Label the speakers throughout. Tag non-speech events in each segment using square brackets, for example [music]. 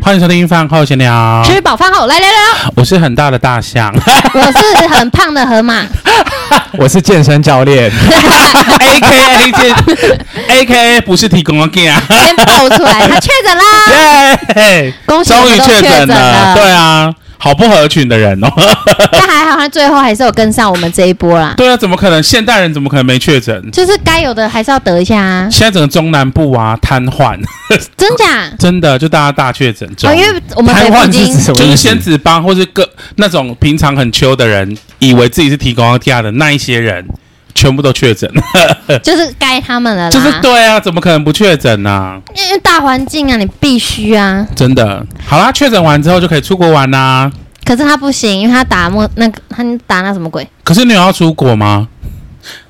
Speaker 1: 欢迎收听饭后闲聊，
Speaker 2: 吃饱饭后来聊聊，
Speaker 1: 我是很大的大象，
Speaker 2: 我是很胖的
Speaker 1: [laughs]
Speaker 2: 河马，
Speaker 3: [laughs] 我是健身教练，
Speaker 1: A K A 林健，A [laughs] K A 不是提供给啊，
Speaker 2: 先爆出来，他确诊啦，
Speaker 1: 耶！
Speaker 2: 恭喜我
Speaker 1: [laughs] 终
Speaker 2: 们
Speaker 1: 于
Speaker 2: 都
Speaker 1: 确
Speaker 2: 诊
Speaker 1: 诊了，对啊，好不合群的
Speaker 3: [laughs]
Speaker 1: 人哦。
Speaker 2: 但还好他最后还是有跟上我们这一波啦，
Speaker 1: 对啊，怎么可能？现代人怎么可能没确
Speaker 3: 嗯
Speaker 1: 诊？
Speaker 2: 就是该有的还是要得一下啊，
Speaker 1: 现在整个中南部啊瘫痪，
Speaker 2: 真假？
Speaker 1: 真的就大家大确诊中
Speaker 2: 哦，因。为我们
Speaker 3: 瘫
Speaker 2: 北部已
Speaker 3: 痪
Speaker 2: 经
Speaker 3: 是指什么
Speaker 1: 就
Speaker 3: 意
Speaker 1: 是
Speaker 3: 思
Speaker 1: 仙？子帮或是各那种平常很秋的人，以为自己是提供给的那一些人，全部都确诊，
Speaker 2: 就是该他们了啦，
Speaker 1: 就是对啊，怎么可能不确诊呢、
Speaker 2: 因为大环境啊，你必须啊，
Speaker 1: 真的，好啦，确诊完之后就可以出国玩啦、啊
Speaker 2: 可是他不行，因为他打莫那个他打那什么鬼？
Speaker 1: 可是你有要出国吗？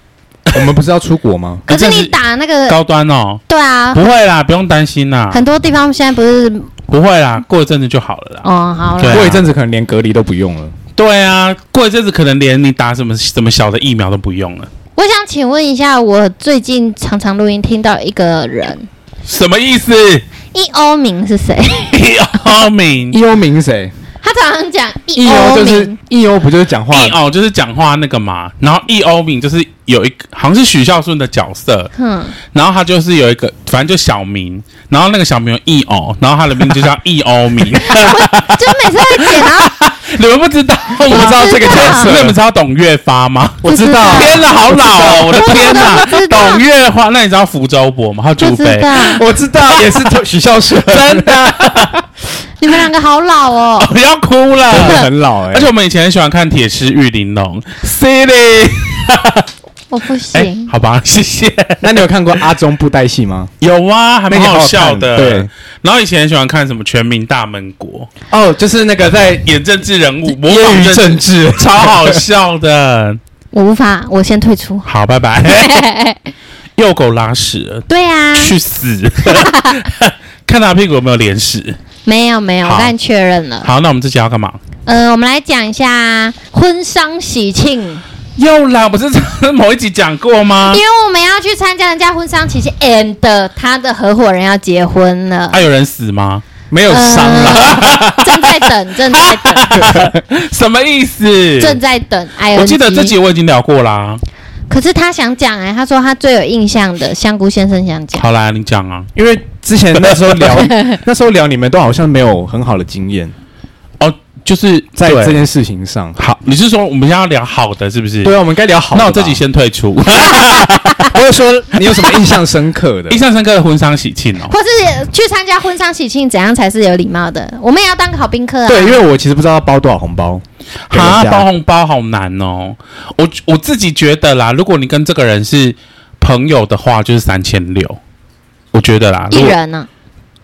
Speaker 3: [laughs] 我们不是要出国吗？
Speaker 2: 可是
Speaker 1: 这
Speaker 2: 你
Speaker 1: 是
Speaker 2: 打那个
Speaker 1: 高端哦，
Speaker 2: 对啊
Speaker 1: 不，会啦，不用担心啦，
Speaker 2: 很多地方现在不是
Speaker 1: 不会啦，过一阵子就好了啦。
Speaker 2: 哦好
Speaker 1: 对啊
Speaker 2: 了，
Speaker 3: 过一阵子可能连隔离都不用了。
Speaker 1: 对啊，过一阵子可能连你打什么什么小的疫苗都不用了，
Speaker 2: 我想请问一下，我最近常常录音听到一个人。
Speaker 1: 什么
Speaker 2: [laughs]
Speaker 1: 意思？E
Speaker 2: 一欧明是
Speaker 1: [laughs]
Speaker 2: 谁？
Speaker 1: 一
Speaker 2: E
Speaker 1: 欧明，
Speaker 3: 一欧明是谁？
Speaker 2: 他常常讲
Speaker 3: 一
Speaker 2: 一
Speaker 3: 欧
Speaker 2: 欧
Speaker 3: 就
Speaker 2: 明，
Speaker 3: 是一欧，不就是讲话？
Speaker 1: 一欧 E 就是讲话那个嘛，然后一欧明就是有一个好像是许孝顺的角色，
Speaker 2: 哼，
Speaker 1: [laughs] 然后他就是有一个反正就小名，然后那个小名有一欧，然后他的名字就
Speaker 2: [laughs]
Speaker 1: 叫一欧明，
Speaker 2: 就是每次在剪，啊然
Speaker 1: [laughs]
Speaker 2: 后
Speaker 1: 你们不知道吗？
Speaker 3: 我不知道这个角
Speaker 1: 那你们
Speaker 3: 色，
Speaker 1: 知道董月发吗？
Speaker 3: 我知道
Speaker 1: [laughs]
Speaker 2: 不知道
Speaker 1: 天哪，好老哦！我的天哪
Speaker 2: 我不知，道
Speaker 1: 董月花，那你知道福州博吗？还有
Speaker 2: 不
Speaker 1: 竹
Speaker 2: 知
Speaker 1: 北，
Speaker 2: 道，
Speaker 3: 我知道，也是许孝顺，
Speaker 1: 真的，
Speaker 2: 你们两个好老
Speaker 1: [laughs]
Speaker 2: 哦。
Speaker 1: [laughs] 我要哭
Speaker 3: 真的
Speaker 1: 了。
Speaker 3: 很老哎
Speaker 1: 而且。我们以前很喜欢看《铁狮玉玲珑》，City，
Speaker 2: 我不
Speaker 1: 哎，[laughs]
Speaker 2: 行，
Speaker 1: 好吧，谢谢。
Speaker 3: 那你有看过阿中布袋戏吗？
Speaker 1: 有啊，还蛮
Speaker 3: 那个好
Speaker 1: 好
Speaker 3: 看
Speaker 1: 笑的。
Speaker 3: 对，
Speaker 1: 然后以前很喜欢看什么《全民大闷锅
Speaker 3: 哦，就是那个在》，
Speaker 1: 演政治人物，模
Speaker 3: 业
Speaker 1: 仿
Speaker 3: 余
Speaker 1: 政
Speaker 3: 政
Speaker 1: 治，
Speaker 3: 治，
Speaker 1: 超好笑的。
Speaker 2: 我无法，我先退出。
Speaker 1: 好，拜拜。
Speaker 2: [laughs]
Speaker 1: [laughs] 右狗拉屎了，
Speaker 2: 对啊，
Speaker 1: [laughs] 去死！看他屁股有没有脸屎。
Speaker 2: 没有没有，
Speaker 1: 好
Speaker 2: 我刚才确认了。
Speaker 1: 好，那我们这集要干嘛？
Speaker 2: 嗯，我们来讲一下婚丧喜庆，
Speaker 1: 又啦，不是某一集讲过吗
Speaker 2: 因？为我们要去参加人家婚丧喜庆，and 他的合伙人要结婚了
Speaker 1: 啊，，有人死吗？
Speaker 3: 没有伤啦。
Speaker 2: 呃正在等，正在
Speaker 1: [laughs]
Speaker 2: 等，
Speaker 1: 什么意思？
Speaker 2: 正在等。哎呦，
Speaker 1: 我记得这集我已经聊过啦。
Speaker 2: 可是他想讲哎、他说他最有印象的香菇先生想讲，
Speaker 1: 好啦，你讲啊。
Speaker 3: 因为之前那时候
Speaker 1: [laughs]
Speaker 3: 聊，那时候聊你们都好像没有很好的经验
Speaker 1: 哦就是
Speaker 3: 在
Speaker 1: 对
Speaker 3: 这件事情上。
Speaker 1: 好，你是说我们现在要聊好的，是不是？
Speaker 3: 对。啊，我们该聊好的吧。
Speaker 1: 那我自己先退 [laughs] 出。
Speaker 3: 我会说你有什么印象深刻
Speaker 1: [laughs]
Speaker 3: 的
Speaker 1: 印？象深刻的婚丧喜庆 [laughs] 哦，
Speaker 2: 或是去参加婚丧喜庆怎样才是有礼貌的？我们也要当个好宾客啊。
Speaker 3: 对，因为我其实不知道要包多少红包。给人
Speaker 1: 哈，
Speaker 3: 家
Speaker 1: 包红包好难哦。我我自己觉得啦，如果你跟这个人是朋友的话，就是三千六。我觉得啦，如
Speaker 2: 一
Speaker 1: 果
Speaker 2: 人啊呢、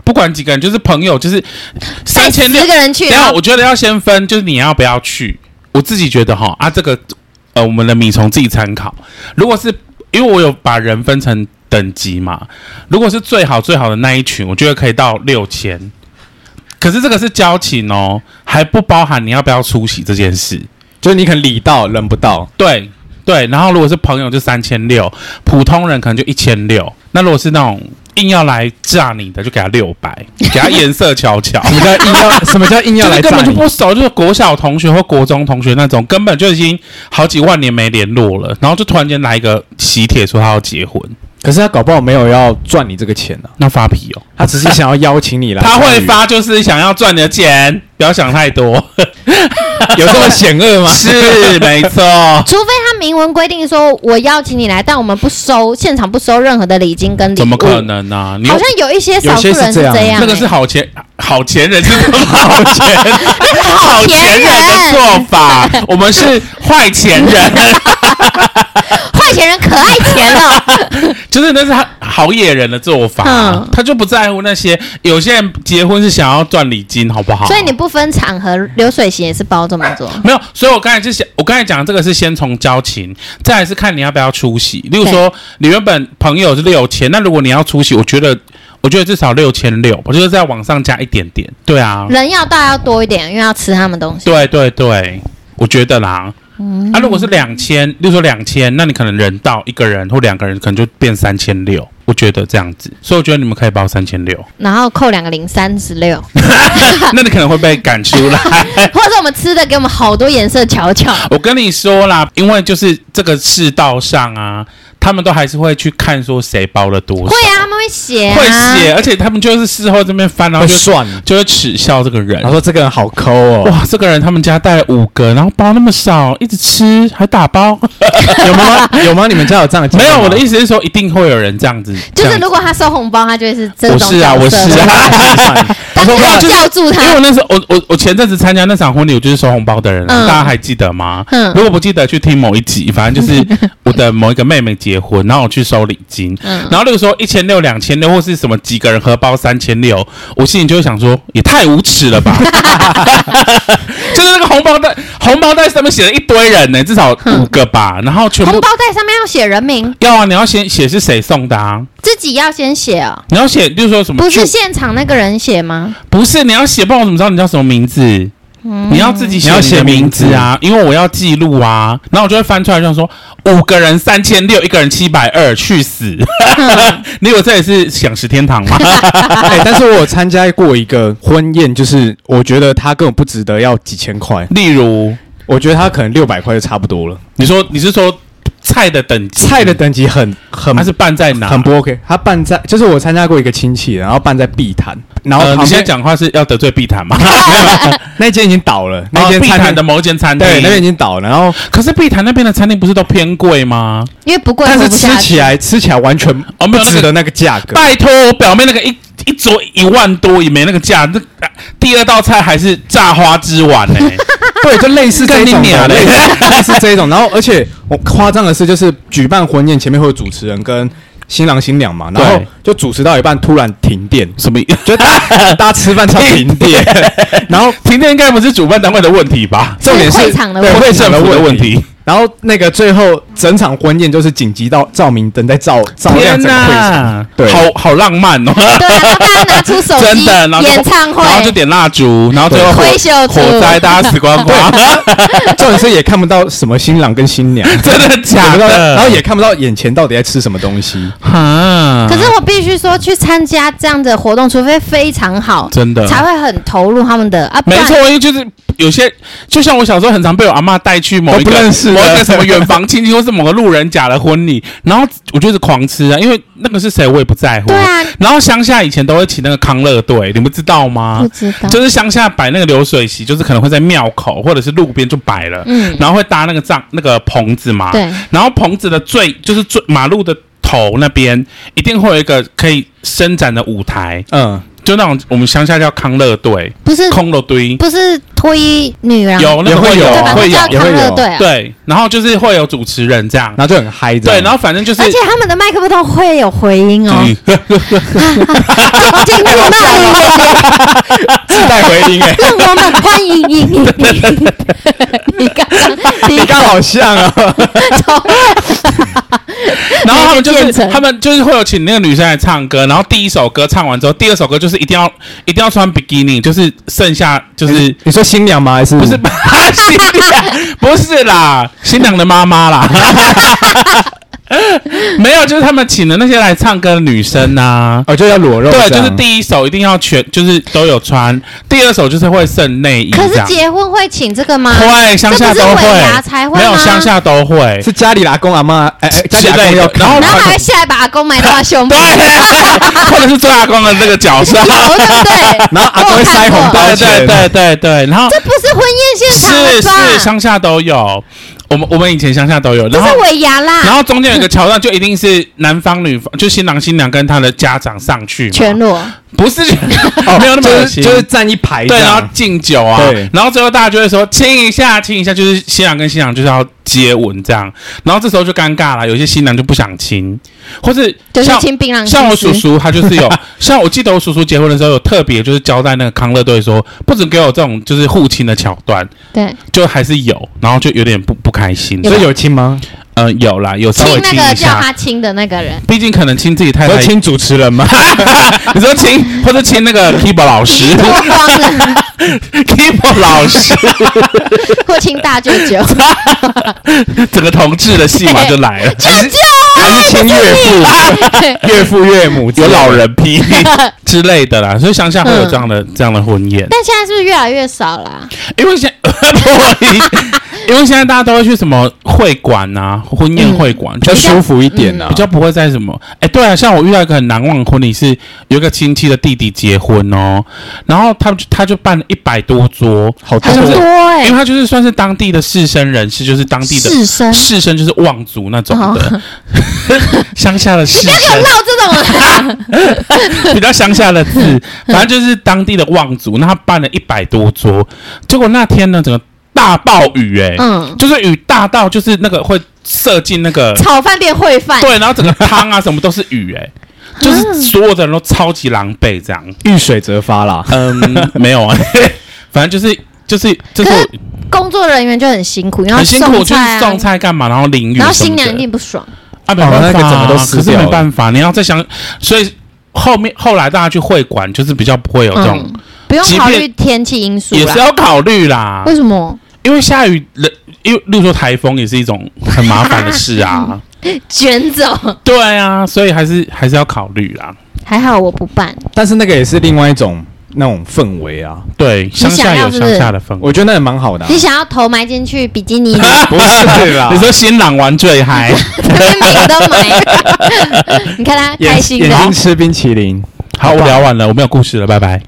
Speaker 1: 不管几个人，就是朋友，就是
Speaker 2: 带
Speaker 1: 三千六
Speaker 2: 十个人啊去，
Speaker 1: 等一
Speaker 2: 然
Speaker 1: 下，
Speaker 2: 后
Speaker 1: 我觉得要先分，就是你要不要去。我自己觉得哈啊，这个呃，我们的米虫自己参考。如果是因为我有把人分成等级嘛，如果是最好最好的那一群，我觉得可以到六千。可是这个是交情哦，还不包含你要不要出席这件事。
Speaker 3: 就是你可能礼到人不到，
Speaker 1: 对对，然后如果是朋友就三千六，普通人可能就一千六。那如果是那种硬要来炸你的，就给他六百，给他颜色瞧瞧。
Speaker 3: 什么叫硬要？什么叫硬要
Speaker 1: [laughs] 就是
Speaker 3: 来
Speaker 1: 根
Speaker 3: 炸
Speaker 1: 本就
Speaker 3: 你？
Speaker 1: 不熟，就是国小同学或国中同学那种，根本就已经好几万年没联络了，然后就突然间来一个喜帖说他要结婚，
Speaker 3: 可是他搞不好没有要赚你这个钱 [laughs] 呢、
Speaker 1: 那发脾哦，
Speaker 3: 啊，他只是想要邀请你来。
Speaker 1: 他会，发就是想要赚你的钱，不要想太多，
Speaker 3: 有这么险恶吗？
Speaker 1: 是 [laughs] 没错。
Speaker 2: 除非他明文规定说我邀请你来，但我们不收现场不收任何的礼金跟礼物，
Speaker 1: 怎么可？能呢、啊？你
Speaker 2: 好像有一些少数人
Speaker 3: 有些是这样
Speaker 2: 这样、
Speaker 1: 那
Speaker 2: 欸，
Speaker 1: 个是好钱好钱人是什
Speaker 2: [laughs]
Speaker 1: 么好钱好钱人的做法，我们是坏钱人，
Speaker 2: 坏钱人可爱钱哦。
Speaker 1: 就是那是他好野人的做法，啊
Speaker 2: 嗯
Speaker 1: 他就不在乎那些有些人结婚是想要赚礼金，好 [laughs] 不好？
Speaker 2: 所以你不分场合，流水席也是包这么做。
Speaker 1: 没有，所以我刚才是想，我刚才讲的这个是先从交情，再来是看你要不要出席。例如说，你原本朋友是六千，那如果你要出席，我觉得，我觉得至少六千六，我就是在往上加一点点。对啊，
Speaker 2: 人要到要多一点，因为要吃他们东西。
Speaker 1: 对对对，我觉得啦。
Speaker 2: 嗯
Speaker 1: 啊，如果是两千，例如说两千，那你可能人到一个人或两个人，可能就变三千六。我觉得这样子，所以我觉得你们可以报三千六，
Speaker 2: 然后扣两个零，三十六，
Speaker 1: [laughs] 那你可能会被赶出来。
Speaker 2: [laughs] 或者我们吃的给我们好多颜色瞧瞧。
Speaker 1: 我跟你说啦，因为就是这个世道上啊，他们都还是会去看说谁包了多少，
Speaker 2: 会啊，他们会写、啊，
Speaker 1: 会写，而且他们就是事后这边翻，然后
Speaker 3: [laughs] 会
Speaker 1: 就
Speaker 3: 算，
Speaker 1: 就会耻笑这个人
Speaker 3: 然后。说这个人好抠 [laughs] 哦，
Speaker 1: 哇，这个人他们家带了五个，然后包那么少，一直吃还打
Speaker 2: [laughs]
Speaker 1: 包。
Speaker 3: 有吗？有吗？你们家有这样的经
Speaker 1: 没
Speaker 3: 验吗？
Speaker 1: 有，我的
Speaker 3: [laughs]
Speaker 1: 意思是说，一定会有人这样子。
Speaker 2: 就是
Speaker 1: 这
Speaker 2: 如果他收红包，他就会是这
Speaker 1: 样
Speaker 2: 种
Speaker 1: 子我是啊，我是啊。
Speaker 2: [laughs] 但是要叫住
Speaker 1: 因为
Speaker 2: 他
Speaker 1: 我，那时候，我我我前阵子参加那场婚礼，我就是收红包的人、啊，
Speaker 2: 嗯
Speaker 1: 大家还记得吗？
Speaker 2: 嗯
Speaker 1: 如果不记得，去听某一集，反正就是我的某一个妹妹结婚，然后我去收礼金，
Speaker 2: 嗯
Speaker 1: 然后例如说一千六、两千六，或是什么几个人荷包三千六，我心里就会想说，也太无耻了
Speaker 2: [laughs]
Speaker 1: 吧！就是那个红包袋，红包袋上面写了一堆人呢、至少五个吧，然后全
Speaker 2: 红
Speaker 1: 部
Speaker 2: 包袋上面要写人名，
Speaker 1: 要啊，你要先写是谁送的啊，
Speaker 2: 自己要先写哦，
Speaker 1: 你要写，就是说什么
Speaker 2: 不是
Speaker 1: 祝
Speaker 2: 现场那个人写吗？
Speaker 1: 不是，你要写，不然我怎么知道你叫什么名字？
Speaker 3: 嗯
Speaker 1: 你要自己写
Speaker 3: 你要写
Speaker 1: 你的名
Speaker 3: 名字
Speaker 1: 字啊，因为我要记录啊。然后我就会翻出来，就想说哦五个人三千六，一个人七百二，去
Speaker 3: [laughs]
Speaker 1: 死！你以为这也是享食天堂吗？
Speaker 3: 哎，但是我有参加过一个婚宴，就是我觉得他根本不值得要几千块，
Speaker 1: 例如，
Speaker 3: 我觉得他可能六百块就差不多了。
Speaker 1: 你说你是说菜的等级，
Speaker 3: 菜的等级很很
Speaker 1: 它是办在哪？
Speaker 3: 很不啊 OK，他办在就是我参加过一个亲戚，然后办在碧潭，然后
Speaker 1: 呃，你
Speaker 3: 旁
Speaker 1: 现在
Speaker 3: 边
Speaker 1: 讲话是要得罪碧潭吗？
Speaker 3: [laughs] 哦那间已经倒了，
Speaker 1: 那
Speaker 3: 那间
Speaker 1: 间碧
Speaker 3: 餐
Speaker 1: 潭
Speaker 3: 厅
Speaker 1: 的某一间餐厅，
Speaker 3: 对那边已经倒了，然后
Speaker 1: 可是碧潭那边的餐厅不是都偏贵吗？
Speaker 2: 因为不贵，
Speaker 3: 但
Speaker 2: 活
Speaker 3: 是
Speaker 2: 不
Speaker 3: 吃
Speaker 2: 下
Speaker 1: 啊
Speaker 3: 起
Speaker 2: 去。
Speaker 3: 来吃起来完全
Speaker 1: 哦没有
Speaker 3: 不
Speaker 1: 那个
Speaker 3: 值得那个啊价格。
Speaker 1: 拜托，我表妹那个一一桌一万多也没那个价，那啊第二道菜还是炸花枝丸
Speaker 2: [laughs]
Speaker 1: 呢、
Speaker 3: 对，就类 [laughs] 似这
Speaker 1: 干
Speaker 3: 种
Speaker 1: 你娘
Speaker 3: 的，
Speaker 1: 嘞
Speaker 3: 类 [laughs] 似类似这种。然后，而且我夸张的是，就是举办婚宴前面会有主持人跟新郎新娘嘛，然后
Speaker 1: 对
Speaker 3: 就主持到一半突然停 [laughs] 电，
Speaker 1: 什么意？
Speaker 3: 就大家大家吃饭突然停 [laughs] 电，然后
Speaker 1: 停电应该不是主办单位的问题吧？
Speaker 3: 重点是
Speaker 2: 会场的
Speaker 3: 对
Speaker 2: 问
Speaker 1: 会
Speaker 3: 会
Speaker 1: 政
Speaker 3: 场的
Speaker 1: 府的问
Speaker 3: 问题。
Speaker 1: 题。
Speaker 3: 然后那个最后整场婚宴就是紧急到照明灯在照照亮整个会场，对
Speaker 1: 好好浪漫哦！
Speaker 2: 对，啊然后大家拿出手
Speaker 1: [laughs] 真
Speaker 2: 机
Speaker 1: 的，然后就
Speaker 2: 演唱会，
Speaker 1: 然后就点蜡烛，然后最后火
Speaker 2: 挥袖子
Speaker 1: 火灾，大家死光
Speaker 2: [laughs]
Speaker 1: 光， [laughs]
Speaker 3: 重点是也看不到什么新郎跟新娘，
Speaker 1: 真的
Speaker 3: 也
Speaker 1: 假
Speaker 3: 不知道
Speaker 1: 的？
Speaker 3: 然后也看不到眼前到底在吃什么东西。
Speaker 1: 哈，
Speaker 2: 可是我必须说，去参加这样的活动，除非非常好，
Speaker 1: 真的
Speaker 2: 才会很投入他们的啊。不
Speaker 1: 没
Speaker 2: 然
Speaker 1: 错，因为就是有些，就像我小时候很常被我阿妈带去某一
Speaker 3: 都
Speaker 1: 个
Speaker 3: 不认识的
Speaker 1: 某一个什么远房亲戚或是某个路人甲的婚礼，然后我就是狂吃啊，因为那个是谁我也不在乎。
Speaker 2: 对啊
Speaker 1: 然后乡下以前都会请那个康乐队，你们知道吗
Speaker 2: 不？知道，
Speaker 1: 就是乡下摆那个流水席，就是可能会在庙口或者是路边就摆了，
Speaker 2: 嗯
Speaker 1: 然后会搭那个帐那个棚子嘛，
Speaker 2: 对，
Speaker 1: 然后棚子的最就是最马路的头那边一定会有一个可以伸展的舞台，
Speaker 3: 嗯，
Speaker 1: 就那种我们乡下叫康乐队、
Speaker 2: 不是
Speaker 1: 空乐堆，
Speaker 2: 不是推女郎，
Speaker 1: 有那
Speaker 3: 也
Speaker 1: 个
Speaker 3: 会
Speaker 1: 会
Speaker 3: 有
Speaker 2: 对
Speaker 1: 有
Speaker 2: 吧？
Speaker 3: 会
Speaker 2: 那
Speaker 3: 也
Speaker 2: 叫
Speaker 3: 会
Speaker 2: 康乐
Speaker 3: 有
Speaker 2: 队啊。
Speaker 1: 对，然后就是会有主持人这样
Speaker 3: 然，后就很嗨这样，
Speaker 1: 对，然后反正就是
Speaker 2: 而且他们的麦克风都会有回音哦，
Speaker 1: 嗯
Speaker 2: 我进入那里，，
Speaker 3: 自带回音
Speaker 1: 欸
Speaker 3: [laughs] 哎
Speaker 2: 让我们欢迎你。你刚刚
Speaker 3: 你刚好像 [laughs] 啊，
Speaker 2: 从
Speaker 1: 然后他们就
Speaker 2: 每个
Speaker 1: 是
Speaker 2: 建成
Speaker 1: 他们就是会有请那个女生来唱歌，然后第一首歌唱完之后，第二首歌就是一定要一定要穿比基尼，就是剩下就是。
Speaker 3: 你说新娘吗？还是
Speaker 1: 不是
Speaker 3: 哎
Speaker 1: [laughs] 新
Speaker 3: [laughs]
Speaker 1: 娘，不是啦，新娘的妈妈啦，没有，就是他们请的那些来唱歌的女生呐、
Speaker 3: 哦，就要裸露这
Speaker 1: 对，
Speaker 3: 样，
Speaker 1: 就是第一首一定要全，就是都有穿，第二首就是会剩内衣
Speaker 2: 可
Speaker 1: 这
Speaker 2: 是
Speaker 1: 样，
Speaker 2: 结婚会请这个吗？
Speaker 1: 会乡下都
Speaker 2: 啊这不是尾牙才
Speaker 1: 会，
Speaker 2: 会
Speaker 1: 没
Speaker 2: 吗
Speaker 1: 有乡下都会，
Speaker 3: 是家里的阿公阿妈，哎，哎家里
Speaker 1: 之
Speaker 3: 阿公
Speaker 1: 类
Speaker 3: 要
Speaker 1: 的，
Speaker 3: 看
Speaker 1: 然后
Speaker 2: 然后还会下来把阿公埋到他胸部，
Speaker 1: 对
Speaker 2: 有，
Speaker 1: [laughs] 或者是最阿公的那个角色，
Speaker 2: 对不对？
Speaker 3: 然后阿公会塞红包
Speaker 1: [laughs] 对对对对对，然后
Speaker 2: 这不是婚宴现场
Speaker 1: 是
Speaker 2: 了吧？
Speaker 1: 是乡下都有，我们我们以前乡下都有，然
Speaker 2: 这
Speaker 1: 后
Speaker 2: 是尾牙
Speaker 1: 然
Speaker 2: 啦，
Speaker 1: 后中间有一个桥段，就一定是男方女方， [laughs] 就新郎新娘跟他的家长上去嘛，
Speaker 2: 全裸，
Speaker 1: 不是全 [laughs] 没有那么
Speaker 3: 就
Speaker 1: 恶
Speaker 3: 是
Speaker 1: 心
Speaker 3: 就是站一排这
Speaker 1: 对，然后
Speaker 3: 样，
Speaker 1: 敬酒啊
Speaker 3: 对，
Speaker 1: 然后最后大家就会说亲一下，亲一下，就是新郎跟新娘就是要接吻这样，然后这时候就尴尬了，有些新娘就不想亲，或是
Speaker 2: 就是
Speaker 1: 像
Speaker 2: 亲槟榔西施。
Speaker 1: 像我叔叔，他就是
Speaker 2: [laughs]
Speaker 1: 有，像我记得我叔叔结婚的时候有特别就是交代那个康乐队说，不准给我这种就是互亲的桥段，
Speaker 2: 对，
Speaker 1: 就还是有，然后就有点不不开心。所
Speaker 2: 有
Speaker 3: 所
Speaker 1: 以
Speaker 3: 以有亲吗？
Speaker 1: 呃，有啦，有稍微
Speaker 2: 亲那
Speaker 1: 亲
Speaker 2: 个
Speaker 1: 一
Speaker 2: 叫
Speaker 1: 下，
Speaker 2: 他亲的那个人，
Speaker 1: 毕竟可能亲自己太
Speaker 3: 要
Speaker 1: 太，
Speaker 3: 亲主持人吗？
Speaker 1: 你说亲，或者亲那个 keyboard 老师
Speaker 2: [laughs] 脱光了，
Speaker 1: ，keyboard 老师，
Speaker 2: 或亲大舅舅，
Speaker 1: 整个同志的戏码就来了，
Speaker 2: 舅舅，
Speaker 3: 还是亲岳
Speaker 2: [laughs]
Speaker 3: 父、啊
Speaker 2: 对
Speaker 3: 岳父、岳母之
Speaker 1: 有
Speaker 3: 类的
Speaker 1: 老人批之类的啦，所以乡下会有这样
Speaker 2: 嗯
Speaker 1: 的、这样的婚宴。
Speaker 2: 但现在是不是越来越少了啊？
Speaker 1: 因为现 [laughs]
Speaker 3: [laughs]
Speaker 1: 因为现在大家都会去什么会馆啊，婚宴会馆，
Speaker 3: 嗯比较
Speaker 1: 就是嗯
Speaker 3: 舒服一点啊
Speaker 1: 比。较不会在什么。哎、对啊，像我遇到一个很难忘的婚礼，是有一个亲戚的弟弟结婚哦，然后他就他就办了一百多桌，
Speaker 3: 好
Speaker 1: 他
Speaker 3: 多
Speaker 1: 就是
Speaker 2: 很多哎
Speaker 1: 因为，他就是算是当地的士绅人士，就是当地的
Speaker 2: 士绅，哦
Speaker 1: 士绅，就是望族那种
Speaker 2: [laughs]
Speaker 3: 哦
Speaker 1: 的，乡下的士
Speaker 2: 不要给我
Speaker 3: [laughs]
Speaker 1: 绅，
Speaker 2: 唠这种了，
Speaker 1: 比较乡下的字，
Speaker 3: [laughs]
Speaker 1: 反正就是当地的望族。那他办了一百多桌，结果那天呢，整个大暴雨、哎、
Speaker 2: 嗯，
Speaker 1: 就是雨大到就是那个会射进那个
Speaker 2: [laughs] 炒饭店烩饭，
Speaker 1: 对，然后整个汤啊什么都是雨、
Speaker 2: [laughs]
Speaker 1: 哎，
Speaker 2: 嗯
Speaker 1: 就是所有的人都超级狼狈这样。
Speaker 3: 遇水则发啦。
Speaker 1: 嗯，没有啊， [laughs] 反正就是就是就是
Speaker 2: 可是工作人员就很辛苦，然后
Speaker 1: 很辛苦，
Speaker 2: 送
Speaker 1: 就
Speaker 2: 菜
Speaker 1: 是送
Speaker 2: 啊，
Speaker 1: 菜干嘛，然后淋雨什么的，
Speaker 2: 然后新娘一定不爽，
Speaker 1: 啊，没办法、
Speaker 3: 哦那个整个都
Speaker 1: 可
Speaker 3: 撕
Speaker 1: 是
Speaker 3: 掉了
Speaker 1: 没办法，你要再想，所以后面后来大家去会馆，就是比较不会有这种，
Speaker 2: 嗯，不用
Speaker 1: 即便
Speaker 2: 考虑天气因素
Speaker 1: 也是
Speaker 2: 啦。
Speaker 1: 要考虑啦
Speaker 2: 为，什么？
Speaker 1: 因为下雨人，因为例如说台风也是一种很麻烦的事
Speaker 2: [laughs]
Speaker 1: 啊，
Speaker 2: 卷走，
Speaker 1: 对啊，所以还是还是要考虑啦。
Speaker 2: 还好我不办，
Speaker 1: 啊
Speaker 3: 但是那个也是另外一种那种氛围啊，
Speaker 1: 对，乡下
Speaker 2: 想要
Speaker 1: 有
Speaker 2: 是
Speaker 1: 乡
Speaker 2: 不是
Speaker 1: 下的氛围。
Speaker 3: 我觉得那也蛮好的啊、
Speaker 2: 你想要头埋进去比基尼里，
Speaker 1: [laughs]
Speaker 3: 不是啦，
Speaker 1: 你说新郎玩最嗨， [laughs]
Speaker 2: 这边每个都埋， [laughs] 你看他 [laughs] 开
Speaker 3: 眼
Speaker 2: 心
Speaker 3: 眼睛
Speaker 2: 的
Speaker 3: 吃冰淇淋，
Speaker 1: 好，我聊完了，我没有故事了，拜拜。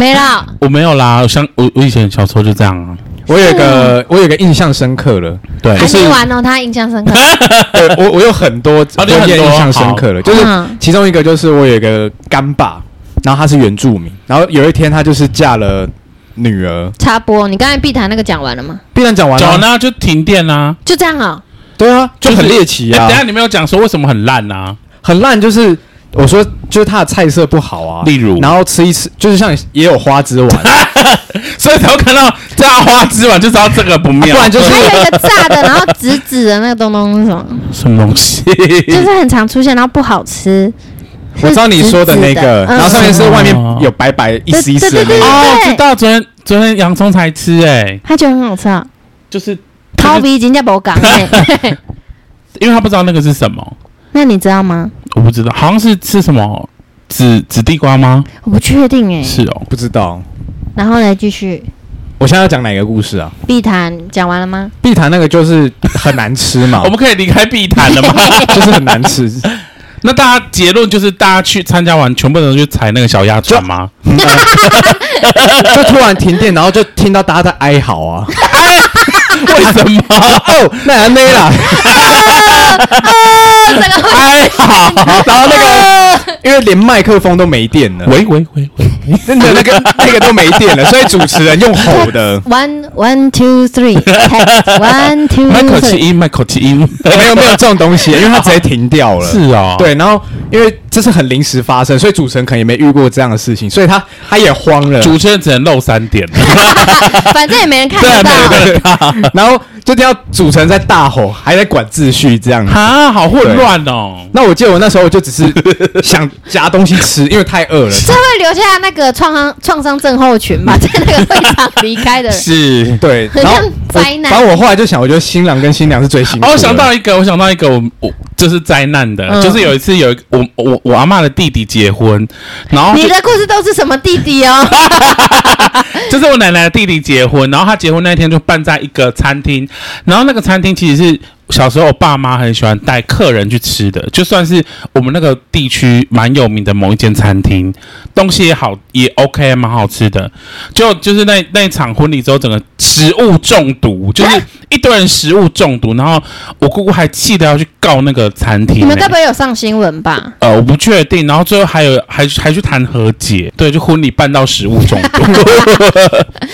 Speaker 2: 没了，
Speaker 1: 我没有啦，我像我我以前小时候就这样啊，
Speaker 3: 我有一个我有一个印象深刻了，
Speaker 1: 对
Speaker 2: 还
Speaker 3: 就是
Speaker 2: 没完哦，他印象深刻，
Speaker 3: [laughs] 对我我有很多
Speaker 1: 啊
Speaker 3: 婚
Speaker 1: 你有很多
Speaker 3: 宴印象深刻了，就是
Speaker 2: 嗯
Speaker 3: 其中一个就是我有一个干爸，然后他是原住民，然后有一天他就是嫁了女儿，
Speaker 2: 插播，你刚才碧潭那个讲完了吗？
Speaker 3: 必然讲完
Speaker 1: 早啊
Speaker 3: 了，
Speaker 1: 呢就停电啦，
Speaker 2: 就这样啊、
Speaker 3: 对啊，就是很猎奇
Speaker 1: 哎
Speaker 3: 啊
Speaker 1: 等一，下你没有讲说为什么很烂啊？
Speaker 3: 很烂，就是我说就是他的菜色不好啊，
Speaker 1: 例如
Speaker 3: 然后吃一吃就是像也有花
Speaker 1: [laughs]
Speaker 3: 枝丸，
Speaker 1: 所以才会看到这样花枝丸，就知道这个不妙。 [laughs]
Speaker 3: 不然就是
Speaker 2: 还有一个炸的，然后紫紫的那个东东是什
Speaker 3: [laughs]
Speaker 2: 么？
Speaker 1: 什么东西？
Speaker 2: 就是很常出现，然后不好吃。
Speaker 3: 我知道你说的
Speaker 2: 是
Speaker 3: 那个，
Speaker 2: 紫的
Speaker 3: 然后上面是外面
Speaker 1: 嗯
Speaker 3: 有白白一丝一丝的
Speaker 2: 嗯对对
Speaker 3: 那个，
Speaker 1: 哦，
Speaker 2: 对
Speaker 1: 知道昨天昨天洋葱才吃哎、
Speaker 2: 他觉得很好吃啊，
Speaker 1: 就是
Speaker 2: 烤比已经在博港
Speaker 3: [laughs]
Speaker 2: 了。
Speaker 1: 因为他不知道那个是什么，
Speaker 2: [laughs] 那你知道吗？
Speaker 1: 我不知道，好像是吃什么紫紫地瓜吗？
Speaker 2: 我不确定哎、
Speaker 1: 是哦，
Speaker 3: 不知道。
Speaker 2: 然后呢，继续
Speaker 3: 我现在要讲哪个故事啊？
Speaker 2: 碧潭讲完了
Speaker 3: [laughs]
Speaker 2: 吗？
Speaker 3: 碧潭那个就是很难吃嘛
Speaker 1: [laughs] 我，们可以离开碧潭了吗？
Speaker 3: 就是很难吃。
Speaker 1: 那大家结论就是大家去参加完，全部人去踩那个小鸭船吗？
Speaker 3: [laughs] 就突然停电，然后就听到大家在哀
Speaker 1: [laughs]
Speaker 3: 嚎啊！
Speaker 1: [laughs] 为什么？
Speaker 3: [laughs] 哦，那还没
Speaker 1: [laughs]
Speaker 3: 啦。
Speaker 2: 啊，这个。
Speaker 1: 哎好，
Speaker 3: [laughs] 然后那个，因为连麦克风都没电了，
Speaker 1: 喂喂喂喂，
Speaker 3: 真的那个那个都没
Speaker 1: [laughs]
Speaker 3: 电了，所以主持人用吼的
Speaker 2: one one two
Speaker 3: [laughs]
Speaker 2: three，one two
Speaker 1: 麦口气 [laughs]
Speaker 2: three，
Speaker 1: 音，麦口气音，
Speaker 3: 没有没有这
Speaker 1: [laughs]
Speaker 3: 种东西，因为它直接停掉了。
Speaker 1: 是哦，，
Speaker 3: 对，然后因为这是很临时发生，所以主持人可能也没遇过这样的事情，所以他他也慌了。
Speaker 1: 主持人只能露三点，
Speaker 2: [laughs] 反正也没人看
Speaker 1: 对啊
Speaker 2: 得
Speaker 1: 没人
Speaker 2: 到
Speaker 1: 看。
Speaker 3: [laughs] 然后就听到主持人在大吼，还在管秩序这样。
Speaker 1: [laughs] 啊，好混乱哦。
Speaker 3: 那我记得我那时候就只是想夹东西吃，因为太饿了。
Speaker 2: [laughs] 这会留下那个创伤创伤症候群吧，在那个会场离开
Speaker 3: [laughs]
Speaker 2: 的人，
Speaker 1: 是，
Speaker 3: 对，
Speaker 2: 很
Speaker 3: 然后
Speaker 2: 像灾难
Speaker 3: 反正我后来就想，我觉得新郎跟新娘是最辛苦的。
Speaker 1: 哦，我想到一个，我想到一个，我我就是灾难的，
Speaker 2: 嗯
Speaker 1: 就是有一次有一个我我我阿嬷的弟弟结婚，然后
Speaker 2: 你
Speaker 1: 就
Speaker 2: 的故事都是什么弟弟哦？
Speaker 1: 就是我奶奶的弟弟结婚，然后他结婚那一天就办在一个餐厅，然后那个餐厅其实是小时候我爸妈很喜欢带客人去吃的，就算是我们那个地区蛮有名的某一间餐厅，东西也好也 OK，蛮好吃的。就就是那那一场婚礼之后，整个食物中毒，就是一堆人食物中毒，然后我姑姑还气得要去告那个餐厅、
Speaker 2: 你们该
Speaker 1: 欸
Speaker 2: 不。会有上新闻吧？
Speaker 1: 呃，我不确定，然后最后还有还还去谈和解，对，就婚礼办到食物
Speaker 2: [laughs]
Speaker 1: 中毒，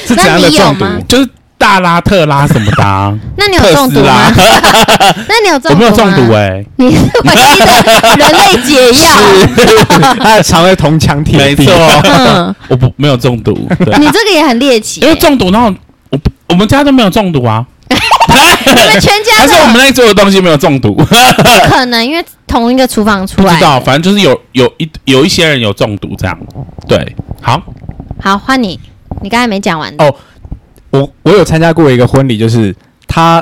Speaker 3: 是怎样
Speaker 2: 那
Speaker 3: 的
Speaker 2: 你有
Speaker 3: 中毒？
Speaker 2: 吗
Speaker 1: 就是大拉特拉什么的啊、
Speaker 2: [laughs] 那你有中毒吗？那你有中毒
Speaker 1: 我
Speaker 2: 吗？
Speaker 1: 没有中毒哎、
Speaker 2: 你是唯一的人类解药。
Speaker 3: [laughs] 他的肠胃铜墙铁
Speaker 1: 没
Speaker 3: 壁
Speaker 1: 错。，
Speaker 2: 嗯，
Speaker 1: 我不没有
Speaker 2: [laughs]
Speaker 1: 中毒，对，
Speaker 2: 你这个也很猎奇
Speaker 1: 因为
Speaker 2: 欸，
Speaker 1: 中毒，然后我不我们家都没有中毒啊，
Speaker 2: 你们全家
Speaker 1: 还是
Speaker 2: 的
Speaker 1: 我们那一桌的东西没有中
Speaker 2: [laughs]
Speaker 1: 毒？
Speaker 2: 不可能，因为同一个厨房出
Speaker 1: 不
Speaker 2: 来
Speaker 1: 知
Speaker 2: 的。
Speaker 1: 道，反正就是有有一有一些人有中毒这样。对，好，
Speaker 2: 好，换你，你刚才没讲完。
Speaker 3: 哦我我有参加过一个婚礼，就是他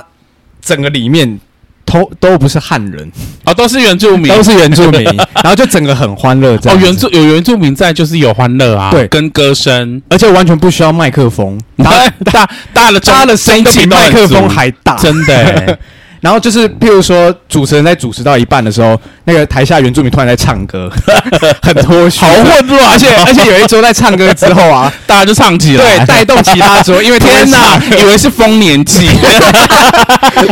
Speaker 3: 整个里面都都不是汉人，
Speaker 1: 哦，都是原住民，
Speaker 3: 都是原住
Speaker 1: [laughs]
Speaker 3: 民，然后就整个很欢乐这
Speaker 1: 哦
Speaker 3: 样。
Speaker 1: 原，住有原住民在，就是有欢乐啊，
Speaker 3: 对
Speaker 1: 跟歌声，
Speaker 3: 而且完全不需要麦
Speaker 1: [laughs]
Speaker 3: 克风，
Speaker 1: 大
Speaker 3: 他
Speaker 1: 大大的
Speaker 3: 他的声音都比麦克风还大，
Speaker 1: 真的欸
Speaker 3: 然后就是，譬如说，主持人在主持到一半的时候，那个台下原住民突然在唱歌， [laughs] 很脱序，
Speaker 1: 好混啊
Speaker 3: 乱。而且而且有一桌在唱歌之后啊，
Speaker 1: [laughs] 大家就唱起来，
Speaker 3: [laughs] 对，带动
Speaker 1: [laughs]
Speaker 3: 其他桌， [laughs] 因为
Speaker 1: 天哪
Speaker 3: 哪，，
Speaker 1: 以为是丰年 [laughs] 祭，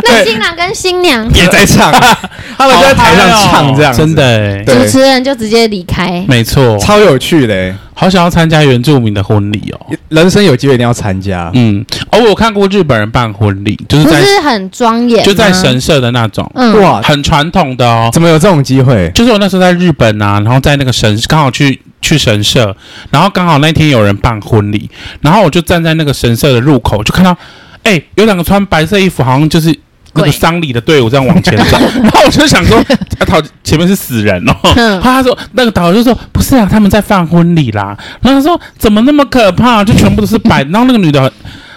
Speaker 2: 那新郎跟新娘，
Speaker 3: 也在唱， [laughs] 他
Speaker 1: 哦
Speaker 3: 们就在台上哦唱这样子，
Speaker 1: 真的欸，
Speaker 3: 对
Speaker 2: 主持人就直接离开。
Speaker 1: 没错，
Speaker 3: 超有趣的欸，
Speaker 1: 好想要参加原住民的婚礼哦。
Speaker 3: 人生有机会一定要参加。
Speaker 1: 嗯，哦，我有看过日本人办婚礼，就是
Speaker 2: 不
Speaker 1: 在
Speaker 2: 是很庄严吗，
Speaker 1: 就在神社的那种，
Speaker 2: 嗯，
Speaker 3: 哇，
Speaker 1: 很传统的哦。
Speaker 3: 怎么有这种机 [laughs] 会？
Speaker 1: 就是我那时候在日本啊，然后在那个神刚好去去神社，然后刚好那天有人办婚礼，然后我就站在那个神社的入口，就看到，哎，有两个穿白色衣服，好像就是。那个
Speaker 2: 鬼
Speaker 1: 丧礼的队伍这样往前走，然后我就想说，啊，讨前面是死人哦。
Speaker 2: 嗯
Speaker 1: 然后他说，那个导游就说，不是啊，他们在办婚礼啦。然后他说，怎么那么可怕？就全部都是白。然后那个女的很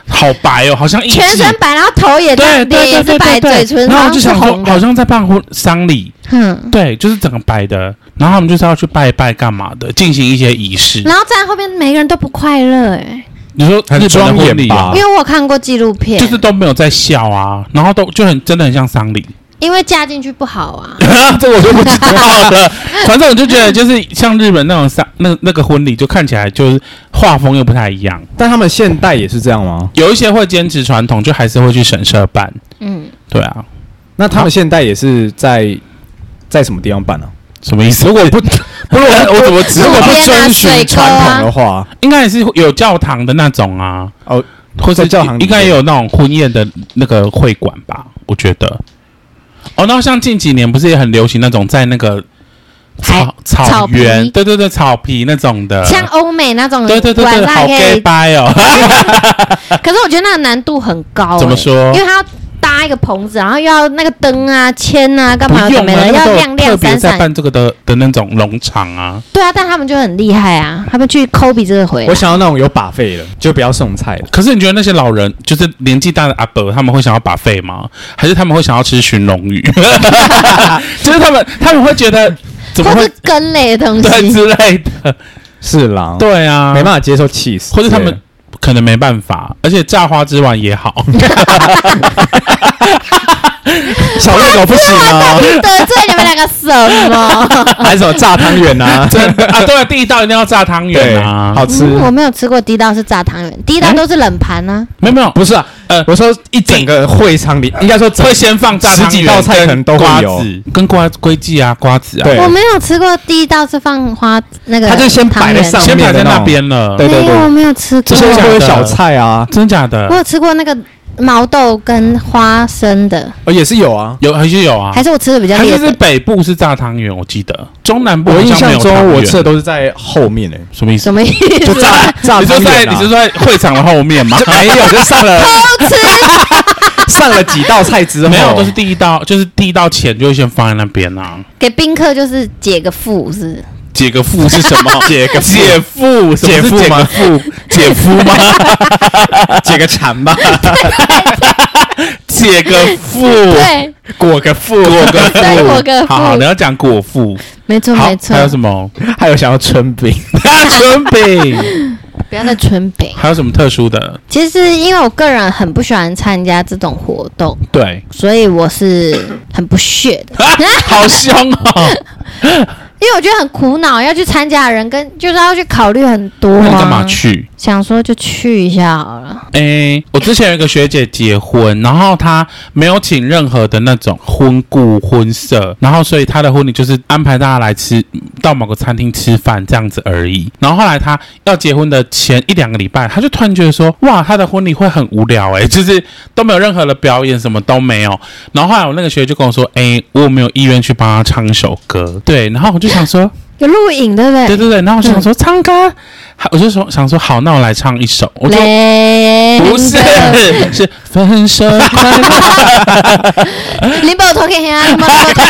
Speaker 1: 好白哦，好像一
Speaker 2: 全身白，然后头也
Speaker 1: 对
Speaker 2: 白，
Speaker 1: 对
Speaker 2: 脸
Speaker 1: 对
Speaker 2: 也
Speaker 1: 对
Speaker 2: 是
Speaker 1: 对
Speaker 2: 白，
Speaker 1: 对
Speaker 2: 嘴唇
Speaker 1: 然后我
Speaker 2: 好
Speaker 1: 就
Speaker 2: 像
Speaker 1: 想
Speaker 2: 是
Speaker 1: 说
Speaker 2: 红，
Speaker 1: 好
Speaker 2: 的。
Speaker 1: 像在办婚丧礼，
Speaker 2: 嗯，
Speaker 1: 对，就是整个白的，然后他们就是要去拜拜干嘛的，进行一些仪式。
Speaker 2: 然后站在后面每个人都不快乐哎，
Speaker 1: 你说
Speaker 3: 很
Speaker 1: 日本的
Speaker 3: 庄严
Speaker 1: 婚礼啊
Speaker 3: 吧
Speaker 2: 因为我有看过纪录片
Speaker 1: 就，是都没有在笑啊，然后都就很真的很像丧礼，
Speaker 2: 因为嫁进去不好啊。
Speaker 1: 这我就不知道了。反正我就觉得，就是像日本那种丧那那个婚礼，就看起来就是画风又不太一样。
Speaker 3: [laughs] 但他们现代也是这样吗？
Speaker 1: 有一些会坚持传统，就还是会去神社办。
Speaker 2: 嗯，
Speaker 1: 对啊，
Speaker 3: 那他们现代也是在在什么地方办呢、
Speaker 1: 什么意思？
Speaker 3: 如果不， [laughs] 不是我，我怎么知
Speaker 2: 道
Speaker 3: 如果不遵循传统的啊话，
Speaker 1: 应该也是有教堂的那种啊，
Speaker 3: 哦，
Speaker 1: 或者
Speaker 3: 在教堂里
Speaker 1: 应该也有那种婚宴的那个会馆吧，我觉得。哦，然后像近几年不是也很流行那种在那个
Speaker 2: 海
Speaker 1: 草草原，
Speaker 2: 草皮
Speaker 1: 对对对，草皮那种的，
Speaker 2: 嗯像欧美那种
Speaker 1: 对对对
Speaker 2: 晚
Speaker 1: 对，
Speaker 2: 上
Speaker 1: 好
Speaker 2: 还
Speaker 1: gay
Speaker 2: 可
Speaker 1: 掰哦，
Speaker 2: 以， [laughs] 可是我觉得那个难度很高。
Speaker 1: 怎么
Speaker 2: 哎
Speaker 1: 说
Speaker 2: 因为他要搭一个棚子，然后又要那个灯啊、铅啊、干
Speaker 1: 不
Speaker 2: 嘛的
Speaker 1: 用
Speaker 2: 没
Speaker 1: 啊
Speaker 2: 的，
Speaker 1: 那
Speaker 2: 要
Speaker 1: 个
Speaker 2: 亮
Speaker 1: 特
Speaker 2: 亮
Speaker 1: 别
Speaker 2: 闪
Speaker 1: 在
Speaker 2: 闪。
Speaker 1: 办这个的的那种农场啊，
Speaker 2: 对啊，但他们就很厉害啊，他们去 Kobe 这个回啊来
Speaker 3: 我。想要那种有把费的，就不要送菜了。
Speaker 1: 可是你觉得那些老人，就是年纪大的阿伯，他们会想要把肺吗？还是他们会想要吃寻龙鱼？ [laughs] 就是他们他们会觉得怎么
Speaker 2: 或
Speaker 1: 会
Speaker 2: 是根类的
Speaker 1: [laughs]
Speaker 2: 东
Speaker 1: 对
Speaker 2: 西，
Speaker 1: 之类的？
Speaker 3: 是啦，
Speaker 1: [laughs] 对啊，
Speaker 3: 没办法接受 cheese，
Speaker 1: 或者他们可能没办法，而且炸花枝丸也好，
Speaker 3: 小热狗不行 [laughs] 啊，
Speaker 2: 得罪你们两个
Speaker 1: [laughs]
Speaker 2: 什么？
Speaker 3: 还有什么 [laughs] 炸汤圆啊，
Speaker 1: 真的 [laughs] 啊，对啊，第一道一定要炸汤
Speaker 3: 对
Speaker 1: 圆，啊，
Speaker 3: 好吃。
Speaker 2: 嗯我没有吃过第一道是炸汤圆，第
Speaker 1: 嗯
Speaker 2: 一道都是冷盘啊。
Speaker 1: 没有没有，
Speaker 3: 不是啊，
Speaker 1: 呃
Speaker 3: 我说一整个呃会场里，应该说整
Speaker 1: 会先放炸汤
Speaker 3: 十几
Speaker 1: 圆，
Speaker 3: 道菜可能都会
Speaker 1: 瓜
Speaker 3: 有
Speaker 1: 子跟瓜龟记啊，瓜子啊，
Speaker 3: 对
Speaker 2: 我没有吃过第一道是放花那个汤圆，
Speaker 3: 他就先摆在上
Speaker 1: 先摆在
Speaker 3: 上面的那
Speaker 1: 那
Speaker 3: 种
Speaker 1: 边了，
Speaker 3: 对
Speaker 2: 没有，我没有吃
Speaker 3: 这
Speaker 2: 过
Speaker 1: 真。的
Speaker 3: 些
Speaker 1: 假的
Speaker 3: 会有小菜啊，
Speaker 1: 真假
Speaker 2: 我
Speaker 1: 的
Speaker 2: 有吃过那个毛豆跟花生的，
Speaker 3: 哦也是有啊。
Speaker 1: 有还是有啊
Speaker 2: 还。是我吃的比较
Speaker 1: 还
Speaker 2: 烈
Speaker 1: 是
Speaker 2: 的
Speaker 1: 是。北部是炸汤圆，我记得中南部
Speaker 3: 我
Speaker 1: 好
Speaker 3: 印
Speaker 1: 像没
Speaker 3: 象
Speaker 1: 有汤
Speaker 3: 中
Speaker 1: 圆
Speaker 3: 我吃的都是在后面欸诶，
Speaker 1: 什么意思？
Speaker 2: 什么意思？
Speaker 3: 就炸炸
Speaker 1: 你就
Speaker 3: 汤
Speaker 1: 在
Speaker 3: 圆
Speaker 1: 你
Speaker 3: 啊
Speaker 1: 就，在会场的后面吗？
Speaker 3: 就 [laughs] 没有，就上
Speaker 1: [laughs]
Speaker 3: 了上了几道菜之后，
Speaker 1: 没有，都是第一道，就是第一道前就会先放在那边啊。
Speaker 2: 给宾客就是解个腹是不是？
Speaker 1: 解个腹是什
Speaker 2: [laughs]
Speaker 1: 么？解个解腹，什么是
Speaker 3: 姐夫吗？
Speaker 1: 解腹
Speaker 2: [laughs]
Speaker 1: 吗？
Speaker 3: 解个馋吧，
Speaker 1: 解个腹，
Speaker 2: 对，
Speaker 3: 裹个腹，
Speaker 1: 果个
Speaker 2: 对
Speaker 1: 腹，
Speaker 2: 果个腹
Speaker 1: 好好，你要讲果腹，
Speaker 2: 没错
Speaker 1: 好
Speaker 2: 没，错
Speaker 1: 还。有什
Speaker 2: [laughs]
Speaker 1: 么？
Speaker 3: [laughs] 还有想要春饼，
Speaker 1: 春饼，
Speaker 2: 不要再春饼。
Speaker 1: 还有什么特殊的？
Speaker 2: 其实因为我个人很不喜欢参加这种活动， [laughs]
Speaker 1: 对，
Speaker 2: 所以我是很不屑的。
Speaker 1: 好凶哦！
Speaker 2: 因为我觉得很苦恼，要去参加的人跟就是要去考虑很多、
Speaker 1: 那
Speaker 2: 啊。
Speaker 1: 你干嘛？去？
Speaker 2: 想说就去一下好了。
Speaker 1: 诶，哎我之前有一个学姐结婚，然后她没有请任何的那种婚顾婚社，然后所以她的婚礼就是安排大家来吃到某个餐厅吃饭这样子而已。然后后来她要结婚的前一两个礼拜，她就突然觉得说，哇，她的婚礼会很无聊诶、就是都没有任何的表演，什么都没有。哎然后后来我那个学姐就跟我说，诶，我有没有意愿去帮她唱一首歌。对，然后我就想说，哎
Speaker 2: 有录影对不
Speaker 1: 对
Speaker 2: 对？
Speaker 1: 对对，然后我想说唱歌，好我就说想说好，那我来唱一首，我就
Speaker 2: 雷
Speaker 1: 不
Speaker 2: [laughs]
Speaker 1: 是是分手快乐
Speaker 2: 林宝头给啊，林宝头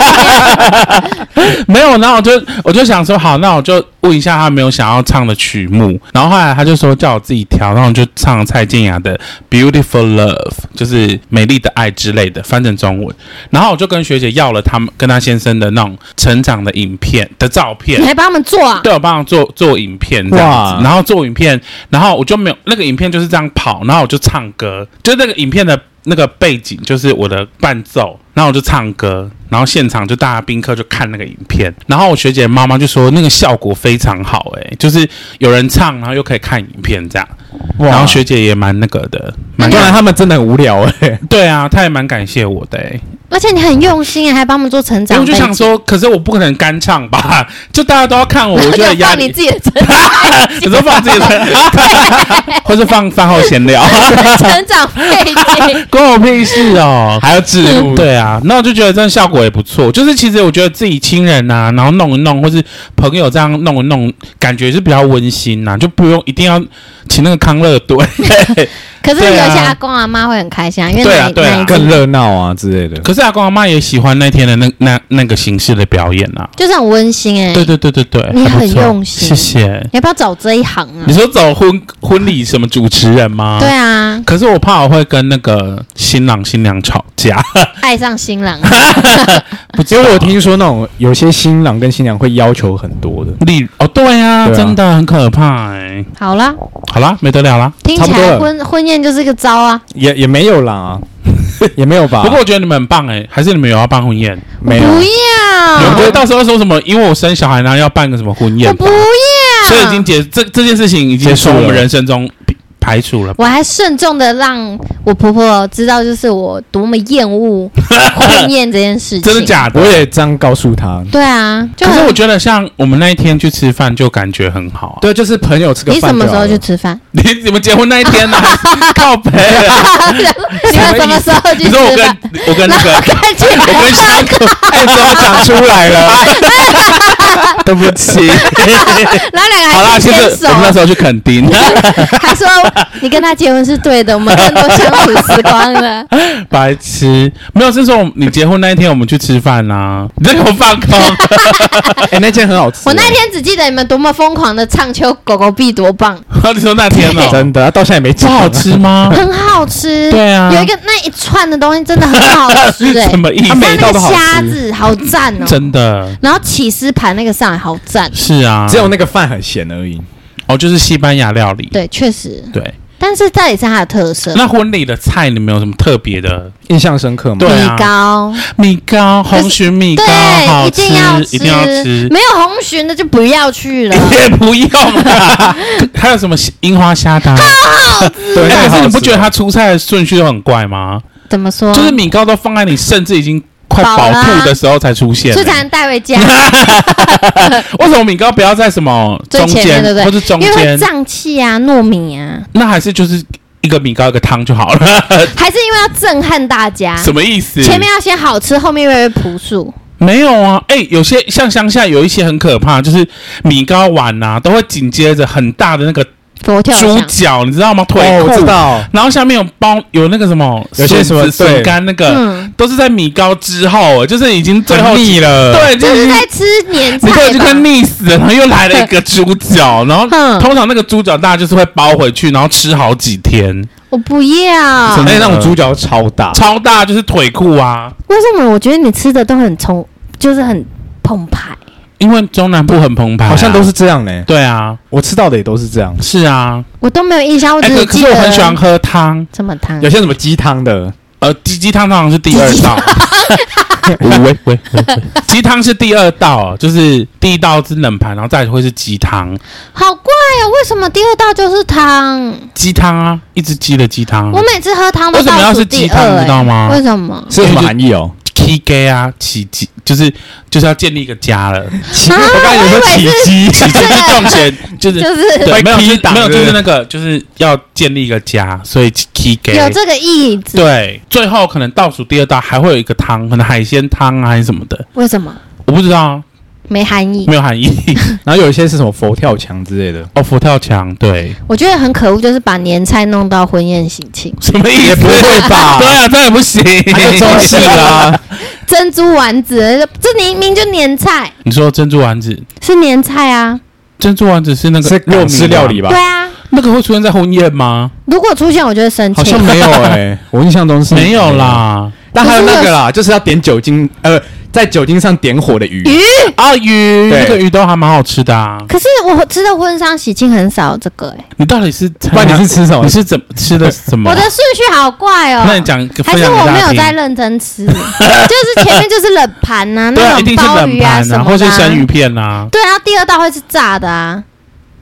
Speaker 2: 给
Speaker 1: [laughs] 没有，然后我就我就想说，好，那我就问一下他有没有想要唱的曲目。然后后来他就说叫我自己挑，然后我就唱蔡健雅的《Beautiful Love》，就是美丽的爱之类的，翻成中文。然后我就跟学姐要了他们跟他先生的那种成长的影片的照片
Speaker 2: 你。还帮他们做啊？
Speaker 1: 对我帮忙做做影片这样
Speaker 3: 哇
Speaker 1: 子，然后做影片，然后我就没有那个影片就是这样跑，然后我就唱歌，就那个影片的那个背景就是我的伴奏，然后我就唱歌，然后现场就大家宾客就看那个影片，然后我学姐妈妈就说那个效果非常好、欸，就是有人唱，然后又可以看影片这样，
Speaker 3: 哇
Speaker 1: 然后学姐也蛮那个的，蛮
Speaker 3: 不然他们真的很无聊哎、
Speaker 1: 对啊，她也蛮感谢我的、欸，
Speaker 2: 而且你很用心啊，还帮他们做成
Speaker 1: 因为
Speaker 2: 长
Speaker 1: 我
Speaker 2: 背景。
Speaker 1: 就想说，可是我不可能干唱吧， [laughs] 就大家都要看我，我
Speaker 2: 然后
Speaker 1: 觉
Speaker 2: [laughs]
Speaker 1: 得
Speaker 2: 就
Speaker 1: 压
Speaker 2: 放
Speaker 1: 力
Speaker 2: 你自己的成
Speaker 1: 有时候放自己的， [laughs] 或是放饭后闲聊，
Speaker 2: 成长 [laughs] 背
Speaker 1: [laughs]
Speaker 2: 景，
Speaker 1: 关我屁事哦。
Speaker 3: 还要自录，
Speaker 1: 对啊，那我就觉得这样效果也不错。就是其实我觉得自己亲人呐、然后弄一弄，或是朋友这样弄一弄，感觉是比较温馨啊呐、就不用一定要请那个康乐 [laughs] 队。
Speaker 2: 可是有
Speaker 1: 对啊
Speaker 2: 些阿公阿妈会很开心啊，因为
Speaker 1: 对啊
Speaker 2: 奶
Speaker 1: 对啊
Speaker 2: 奶
Speaker 3: [laughs] 更热闹啊之类的。
Speaker 1: 可是阿公阿妈也喜欢那天的那那那个形式的表演啊。
Speaker 2: 就是很温馨哎。
Speaker 1: 对对对对对，
Speaker 2: 你
Speaker 1: 还不
Speaker 2: 很
Speaker 1: 错
Speaker 2: 用心
Speaker 1: 谢谢。
Speaker 2: 你要不要走这一行啊
Speaker 1: 你？说走婚婚礼什么主持人吗？
Speaker 2: 对。啊，
Speaker 1: 可是我怕我会跟那个新郎新娘吵架。
Speaker 2: 爱上新郎，啊
Speaker 1: [laughs]
Speaker 3: 因为我听说那种有些新郎跟新娘会要求很多的，
Speaker 1: 例哦，对呀、
Speaker 3: 对啊
Speaker 1: 真的很可怕哎、
Speaker 2: 好啦，
Speaker 1: 好啦，没得了啦。
Speaker 2: 听
Speaker 3: 差
Speaker 2: 起
Speaker 3: 不多
Speaker 2: 来
Speaker 3: 了
Speaker 2: 婚婚宴就是个招啊。
Speaker 3: 也也没有啦，也没有吧？
Speaker 1: 不过我觉得你们很棒哎、还是你们有要办婚宴？
Speaker 3: 没
Speaker 2: 不
Speaker 3: 有，啊
Speaker 1: 你们不会
Speaker 2: 要，
Speaker 1: 到时候说什么？因为我生小孩，然后要办个什么婚
Speaker 2: 我
Speaker 1: 宴
Speaker 2: 不？啊要，
Speaker 1: 所以已经结这这件事情已经
Speaker 3: 结束
Speaker 1: 从我们
Speaker 3: 了
Speaker 1: 人生中排除了。
Speaker 2: 我还慎重的让我婆婆知道，就是我多么
Speaker 1: [laughs]
Speaker 2: 厌恶婚宴这件事情。
Speaker 1: 真的假的？
Speaker 3: 我也这样告诉他。
Speaker 2: 对啊，就
Speaker 1: 可是
Speaker 2: 很
Speaker 1: 我觉得像我们那一天去吃饭，就感觉很好啊。
Speaker 3: 对，就是朋友吃个
Speaker 2: 你
Speaker 3: 饭就好
Speaker 2: 什
Speaker 3: 了。
Speaker 2: 么时候去
Speaker 3: [laughs]
Speaker 2: 吃饭？ [laughs]
Speaker 1: 你 [laughs] 你们结婚那一天呢、啊？靠北啊！
Speaker 2: 你们什么时候
Speaker 1: 你
Speaker 2: 去吃
Speaker 1: 说我跟
Speaker 2: 饭？
Speaker 1: 我跟那
Speaker 2: [laughs] 然后
Speaker 1: 个 [laughs]
Speaker 2: 看起来
Speaker 1: 我跟香口，
Speaker 3: 哎，怎么讲出来了？对不 [laughs] 起。
Speaker 2: [laughs] 然后两个
Speaker 1: 好啦，
Speaker 2: 还
Speaker 1: 其
Speaker 2: 牵
Speaker 1: 实
Speaker 2: 牵手
Speaker 1: 我，们那时候去垦丁。
Speaker 2: 还说
Speaker 1: [laughs]
Speaker 2: 你跟他结婚是对的，我们更多相处时
Speaker 1: [laughs]
Speaker 2: 光了。
Speaker 1: 啊白痴，没有是说我们你结婚那一天我们去吃饭啦、你在给我放空？ [laughs]
Speaker 3: 哎，那间很好吃。
Speaker 2: 我那天只记得你们多么疯狂的唱秋狗狗币多
Speaker 1: [laughs]
Speaker 2: 棒，
Speaker 1: 你说那天哦，
Speaker 3: [laughs] 真的，到现在也没
Speaker 1: 不
Speaker 3: 讲
Speaker 1: 好。吃
Speaker 2: [laughs]
Speaker 1: 吗？
Speaker 2: 很好吃。
Speaker 1: 对啊
Speaker 2: 有一个那一串的东西真的很好吃哎、
Speaker 1: [laughs] 什么意思
Speaker 2: 它？
Speaker 3: 每一
Speaker 2: 那
Speaker 3: 道
Speaker 2: 个
Speaker 3: 都好吃
Speaker 2: 虾子好赞哦、
Speaker 1: 真的
Speaker 2: 然后起司盘那个上来好赞，
Speaker 1: 是啊，
Speaker 3: 只有那个饭很咸而已。
Speaker 1: 哦，就是西班牙料理。
Speaker 2: 对，确实，
Speaker 1: 对，
Speaker 2: 但是这也是它的特色。
Speaker 1: 那婚礼的菜你们有什么特别的？
Speaker 3: 印象深刻吗？
Speaker 1: 对啊
Speaker 2: 米糕，
Speaker 1: 米糕，红鲟米糕，
Speaker 2: 对，
Speaker 1: 好
Speaker 2: 一
Speaker 1: 吃，
Speaker 2: 定要吃，
Speaker 1: 一定要吃，
Speaker 2: 没有红鲟的就不要去
Speaker 1: [laughs]
Speaker 2: 了。
Speaker 1: 也不用啦。 [laughs] 还有什么樱花虾达？哎
Speaker 3: 对，那
Speaker 1: 可
Speaker 3: 个好
Speaker 1: 是
Speaker 3: 吃
Speaker 1: 你不觉得它出菜的顺序都很怪吗？
Speaker 2: 怎么说？
Speaker 1: 就是米糕都放在你甚至已经快
Speaker 2: 嗯饱
Speaker 1: 饱
Speaker 2: 了啊
Speaker 1: 吐的时候才出现
Speaker 2: 所
Speaker 1: 欸
Speaker 2: 以。才能带回
Speaker 1: [laughs]
Speaker 2: 家，
Speaker 1: 为什么米糕不要在什么
Speaker 2: 最
Speaker 1: 中
Speaker 2: 前面
Speaker 1: 间，
Speaker 2: 对不对
Speaker 1: 或是中
Speaker 2: 因为会
Speaker 1: 间？
Speaker 2: 胀气啊，糯米啊，
Speaker 1: 那还是就是一个米糕一个汤就好了，
Speaker 2: 还是因为要震撼大家。
Speaker 1: [laughs] 什么意思？
Speaker 2: 啊前面要先好吃，后面越来越朴素。
Speaker 1: 没有啊，哎、有些像乡下有一些很可怕，就是米糕碗呐、都会紧接着很大的那个
Speaker 2: 佛跳
Speaker 1: 猪
Speaker 2: 墙，
Speaker 1: 脚，你知道吗？腿
Speaker 3: 哦，
Speaker 1: 裤，
Speaker 3: 我知道。
Speaker 1: 然后下面有包有那个什么，
Speaker 3: 有些什么
Speaker 1: 笋子
Speaker 3: 对
Speaker 1: 笋干那个，
Speaker 2: 嗯，
Speaker 1: 都是在米糕之后，就是已经最后
Speaker 3: 很腻了
Speaker 1: 对，就
Speaker 2: 这
Speaker 1: 是
Speaker 2: 是在吃年
Speaker 1: 啊你
Speaker 2: 菜
Speaker 1: 都已经快
Speaker 2: 吧？
Speaker 1: 腻死了，然后又来了一个猪脚，然后
Speaker 2: 嗯
Speaker 1: 通常那个猪脚大家就是会包回去，然后吃好几天，
Speaker 2: 我不要
Speaker 1: 什，么
Speaker 3: 哎，那种猪脚超大，
Speaker 1: 超大就是腿裤啊，
Speaker 2: 为什么？我觉得你吃的都很从，就是很澎湃。
Speaker 1: 因为中南部很澎湃啊、
Speaker 3: 好像都是这样呢。
Speaker 1: 对啊，
Speaker 3: 我吃到的也都是这样，
Speaker 1: 是啊，
Speaker 2: 我都没有印象，我
Speaker 1: 哎、
Speaker 2: 只
Speaker 1: 可可
Speaker 2: 记
Speaker 1: 是
Speaker 2: 得
Speaker 1: 我很喜欢喝汤，
Speaker 2: 什么汤
Speaker 3: 有。些什么鸡汤 [laughs] 的，
Speaker 1: 呃，鸡鸡汤当然是第二道，
Speaker 3: [laughs] 喂喂，
Speaker 1: 鸡汤是第二道，就是第一道是冷盘，然后再会是鸡汤，
Speaker 2: 好怪哦，为什么第二道就是汤？
Speaker 1: 鸡汤啊，一只鸡的鸡汤啊
Speaker 2: 我每次喝汤
Speaker 1: 为
Speaker 2: 都
Speaker 1: 什么要
Speaker 2: 倒数
Speaker 1: 是
Speaker 2: 第
Speaker 1: 鸡
Speaker 2: 二，
Speaker 1: 汤，
Speaker 2: 哎
Speaker 1: 知道吗
Speaker 2: 为什么？
Speaker 3: 是有什么含义哦？
Speaker 1: ？K K 啊，起鸡就是就是要建立一个家了，
Speaker 3: 奇
Speaker 2: 啊
Speaker 3: 我刚才有说
Speaker 2: 我以为
Speaker 3: 起鸡，
Speaker 1: 起鸡撞
Speaker 2: [laughs]
Speaker 1: 钱就是
Speaker 2: 就是
Speaker 1: 对，
Speaker 3: 会
Speaker 1: 没有就
Speaker 3: key
Speaker 1: 是
Speaker 3: 档
Speaker 1: 没有，
Speaker 3: 对
Speaker 1: 就
Speaker 3: 不
Speaker 1: 是那
Speaker 3: 对
Speaker 1: 个就是要建立一个家，所以 key 给
Speaker 2: 有这个意思。
Speaker 1: 对，最后可能倒数第二道还会有一个汤，可能海鲜汤啊还是什么的，
Speaker 2: 为什么？
Speaker 1: 我不知道，
Speaker 2: 没含义。
Speaker 1: 没有
Speaker 2: [laughs]
Speaker 1: 含义。
Speaker 3: 然后有一些是什么佛跳墙之类的， [laughs]
Speaker 1: 哦，佛跳墙，对，
Speaker 2: 我觉得很可恶，就是把年菜弄到婚宴喜庆，
Speaker 1: 什么意
Speaker 3: 也
Speaker 1: 思
Speaker 3: 不？会吧？
Speaker 1: 对啊，这也不行。
Speaker 3: 还有中式的 [laughs] 啊，
Speaker 2: 珍珠丸子，这明明就年菜，
Speaker 1: [laughs] 你说珍珠丸子，
Speaker 2: 是年菜啊，
Speaker 1: 珍珠丸子是那个
Speaker 3: 是
Speaker 1: 肉
Speaker 3: 肉
Speaker 1: 米
Speaker 3: 吃料理
Speaker 1: 吧？
Speaker 3: 吧
Speaker 2: 对？啊。
Speaker 1: 那个会出现在婚宴吗？
Speaker 2: 如果出现，我就会生
Speaker 3: 好
Speaker 2: 气
Speaker 3: 像。 [laughs] 没有哎、我印象中是
Speaker 1: 没有。啦。
Speaker 3: 但还有那个啦，就是要点酒精，呃，在酒精上点火的鱼，
Speaker 2: 鱼，
Speaker 1: 啊鱼，
Speaker 3: 对
Speaker 1: 那个鱼都还蛮好吃的啊。
Speaker 2: 可是我吃的婚丧喜庆很少这个哎、
Speaker 1: 你到底是
Speaker 3: 不然你是吃什
Speaker 2: [laughs]
Speaker 3: 么
Speaker 1: 你？是怎么吃的什么？啊
Speaker 2: 我的顺序好怪哦。
Speaker 1: 那你讲
Speaker 2: 还
Speaker 1: 分
Speaker 2: 是
Speaker 1: 享给
Speaker 2: 我没
Speaker 1: 大
Speaker 2: 有在
Speaker 1: 家听。
Speaker 2: 认真吃， [laughs] 就是前面就是冷盘呐、
Speaker 1: 对啊，
Speaker 2: 那
Speaker 1: 一
Speaker 2: 种
Speaker 1: 定是
Speaker 2: 鲍
Speaker 1: 冷
Speaker 2: 鱼啊
Speaker 1: 盘
Speaker 2: 什么的、
Speaker 1: 或是生鱼。片啊，
Speaker 2: 对，然后第二道会是炸的啊，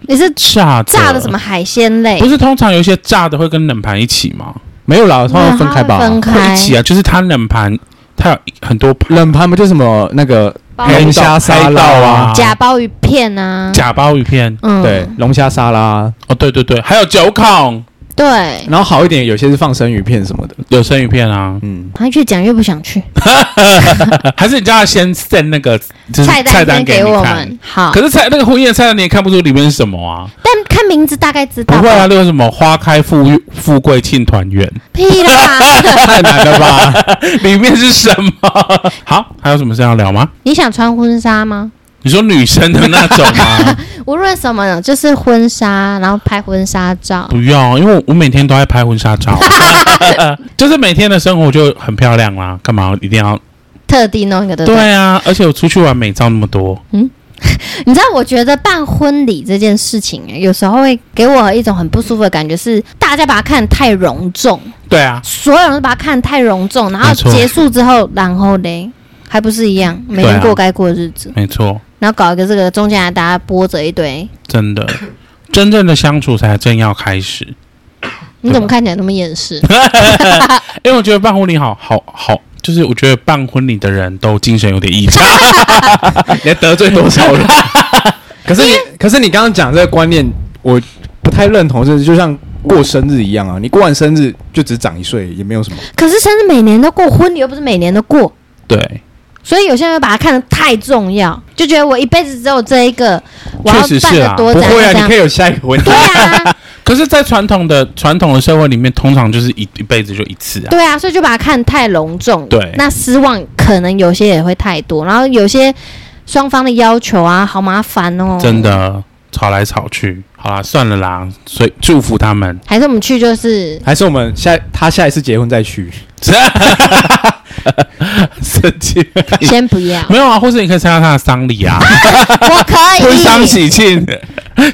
Speaker 2: 你是
Speaker 1: 炸
Speaker 2: 炸的什么？海鲜类
Speaker 1: 不？是通常有一些炸的会跟冷盘一起吗？
Speaker 3: 没有啦，通常分开吧
Speaker 2: 没。有它嗯会分
Speaker 1: 会
Speaker 2: 开
Speaker 1: 一起啊，就是它冷盘，它有很多盘，
Speaker 3: 冷盘不就什么那个
Speaker 2: 鲍
Speaker 1: 黑
Speaker 2: 鱼
Speaker 3: 龙嗯虾沙拉啊？
Speaker 2: 假鲍鱼片啊，
Speaker 1: 假鲍鱼片。
Speaker 2: 嗯，
Speaker 3: 对，龙虾沙拉，
Speaker 1: 哦，对对对，还有九孔
Speaker 2: 对，
Speaker 3: 然后好一点，有些是放生鱼片什么的。
Speaker 1: 有生鱼片啊，呃
Speaker 3: 嗯，
Speaker 2: 他越讲越不想去。
Speaker 1: 还是你叫他先 send 那个就是
Speaker 2: 菜
Speaker 1: 菜单
Speaker 2: 先给
Speaker 1: 你
Speaker 2: 我
Speaker 1: 看？
Speaker 2: 们好
Speaker 1: 可，是菜那个婚宴菜单你也看不出里面是什么啊？
Speaker 2: 但看名字大概知
Speaker 1: 不
Speaker 2: 道。
Speaker 1: 会啊，那个什么花开富裕富贵庆团
Speaker 2: [laughs]
Speaker 1: 圆，
Speaker 2: 屁
Speaker 1: [laughs]
Speaker 2: 啦！
Speaker 3: 太难了吧？
Speaker 2: [laughs]
Speaker 1: 里面是什么？好，还有什么事要聊吗？
Speaker 2: 你想穿婚纱吗？
Speaker 1: 你说女生的那种吗？
Speaker 2: 无论什么呢，就是婚纱，然后拍婚纱照。
Speaker 1: 不要，因为我我每天都在拍婚纱 [laughs] 照，就是每天的生活就很漂亮啦，干嘛一定要？
Speaker 2: 特地弄一个对不对
Speaker 1: 对啊，而且我出去玩美照那么多，
Speaker 2: 你知道，我觉得办婚礼这件事情，有时候会给我一种很不舒服的感觉，是大家把它看得太隆重，
Speaker 1: 对啊，
Speaker 2: 所有人都把它看得太隆重，然后
Speaker 1: 没错
Speaker 2: 结束之后，然后嘞，还不是一样，每
Speaker 1: 对
Speaker 2: 天
Speaker 1: 啊
Speaker 2: 过该过的日子，
Speaker 1: 没错，
Speaker 2: 然后搞一个这个，中间还大家波着一堆，
Speaker 1: 真的，真正的相处才正要开始。
Speaker 2: 你怎么看起来那么
Speaker 1: [laughs]
Speaker 2: 厌世？
Speaker 1: 因为我觉得办婚礼好好好，就是我觉得办婚礼的人都精神有点异常。
Speaker 3: 嗯你还得罪多少
Speaker 1: [laughs]
Speaker 3: 人？可是你，可是你刚刚讲这个观念，我不太认同，就是就像过生日一样啊，你过完生日就只长一岁，也没有什么。
Speaker 2: 可是甚至每年都过婚礼，又不是每年都过，
Speaker 1: 对，
Speaker 2: 所以有些人会把它看得太重要，就觉得我一辈子只有这一个，我要
Speaker 1: 确实
Speaker 2: 办
Speaker 1: 是啊
Speaker 2: 得多
Speaker 3: 不
Speaker 2: 怎样
Speaker 3: 会啊，
Speaker 2: 怎
Speaker 3: 你
Speaker 2: 样
Speaker 3: 可。以有下一个问题
Speaker 2: 对。啊，
Speaker 1: 可是，在传统的传统的社会里面，通常就是一一辈子就一次啊。
Speaker 2: 对啊，所以就把它看太隆重。
Speaker 1: 对
Speaker 2: 那失望可能有些也会太多，然后有些双方的要求啊，好麻烦哦。
Speaker 1: 真，的吵来吵去，好啦，算了啦，所以祝福他们。
Speaker 2: 还是我们
Speaker 1: [laughs]
Speaker 2: 去就是
Speaker 3: 还是我们下他下一次结婚再去？ [laughs]
Speaker 1: 生气，
Speaker 2: 先不要
Speaker 1: 没有啊？或是你可以参加他的丧礼啊，
Speaker 2: 我可
Speaker 1: 婚丧
Speaker 2: 以。
Speaker 1: 喜庆，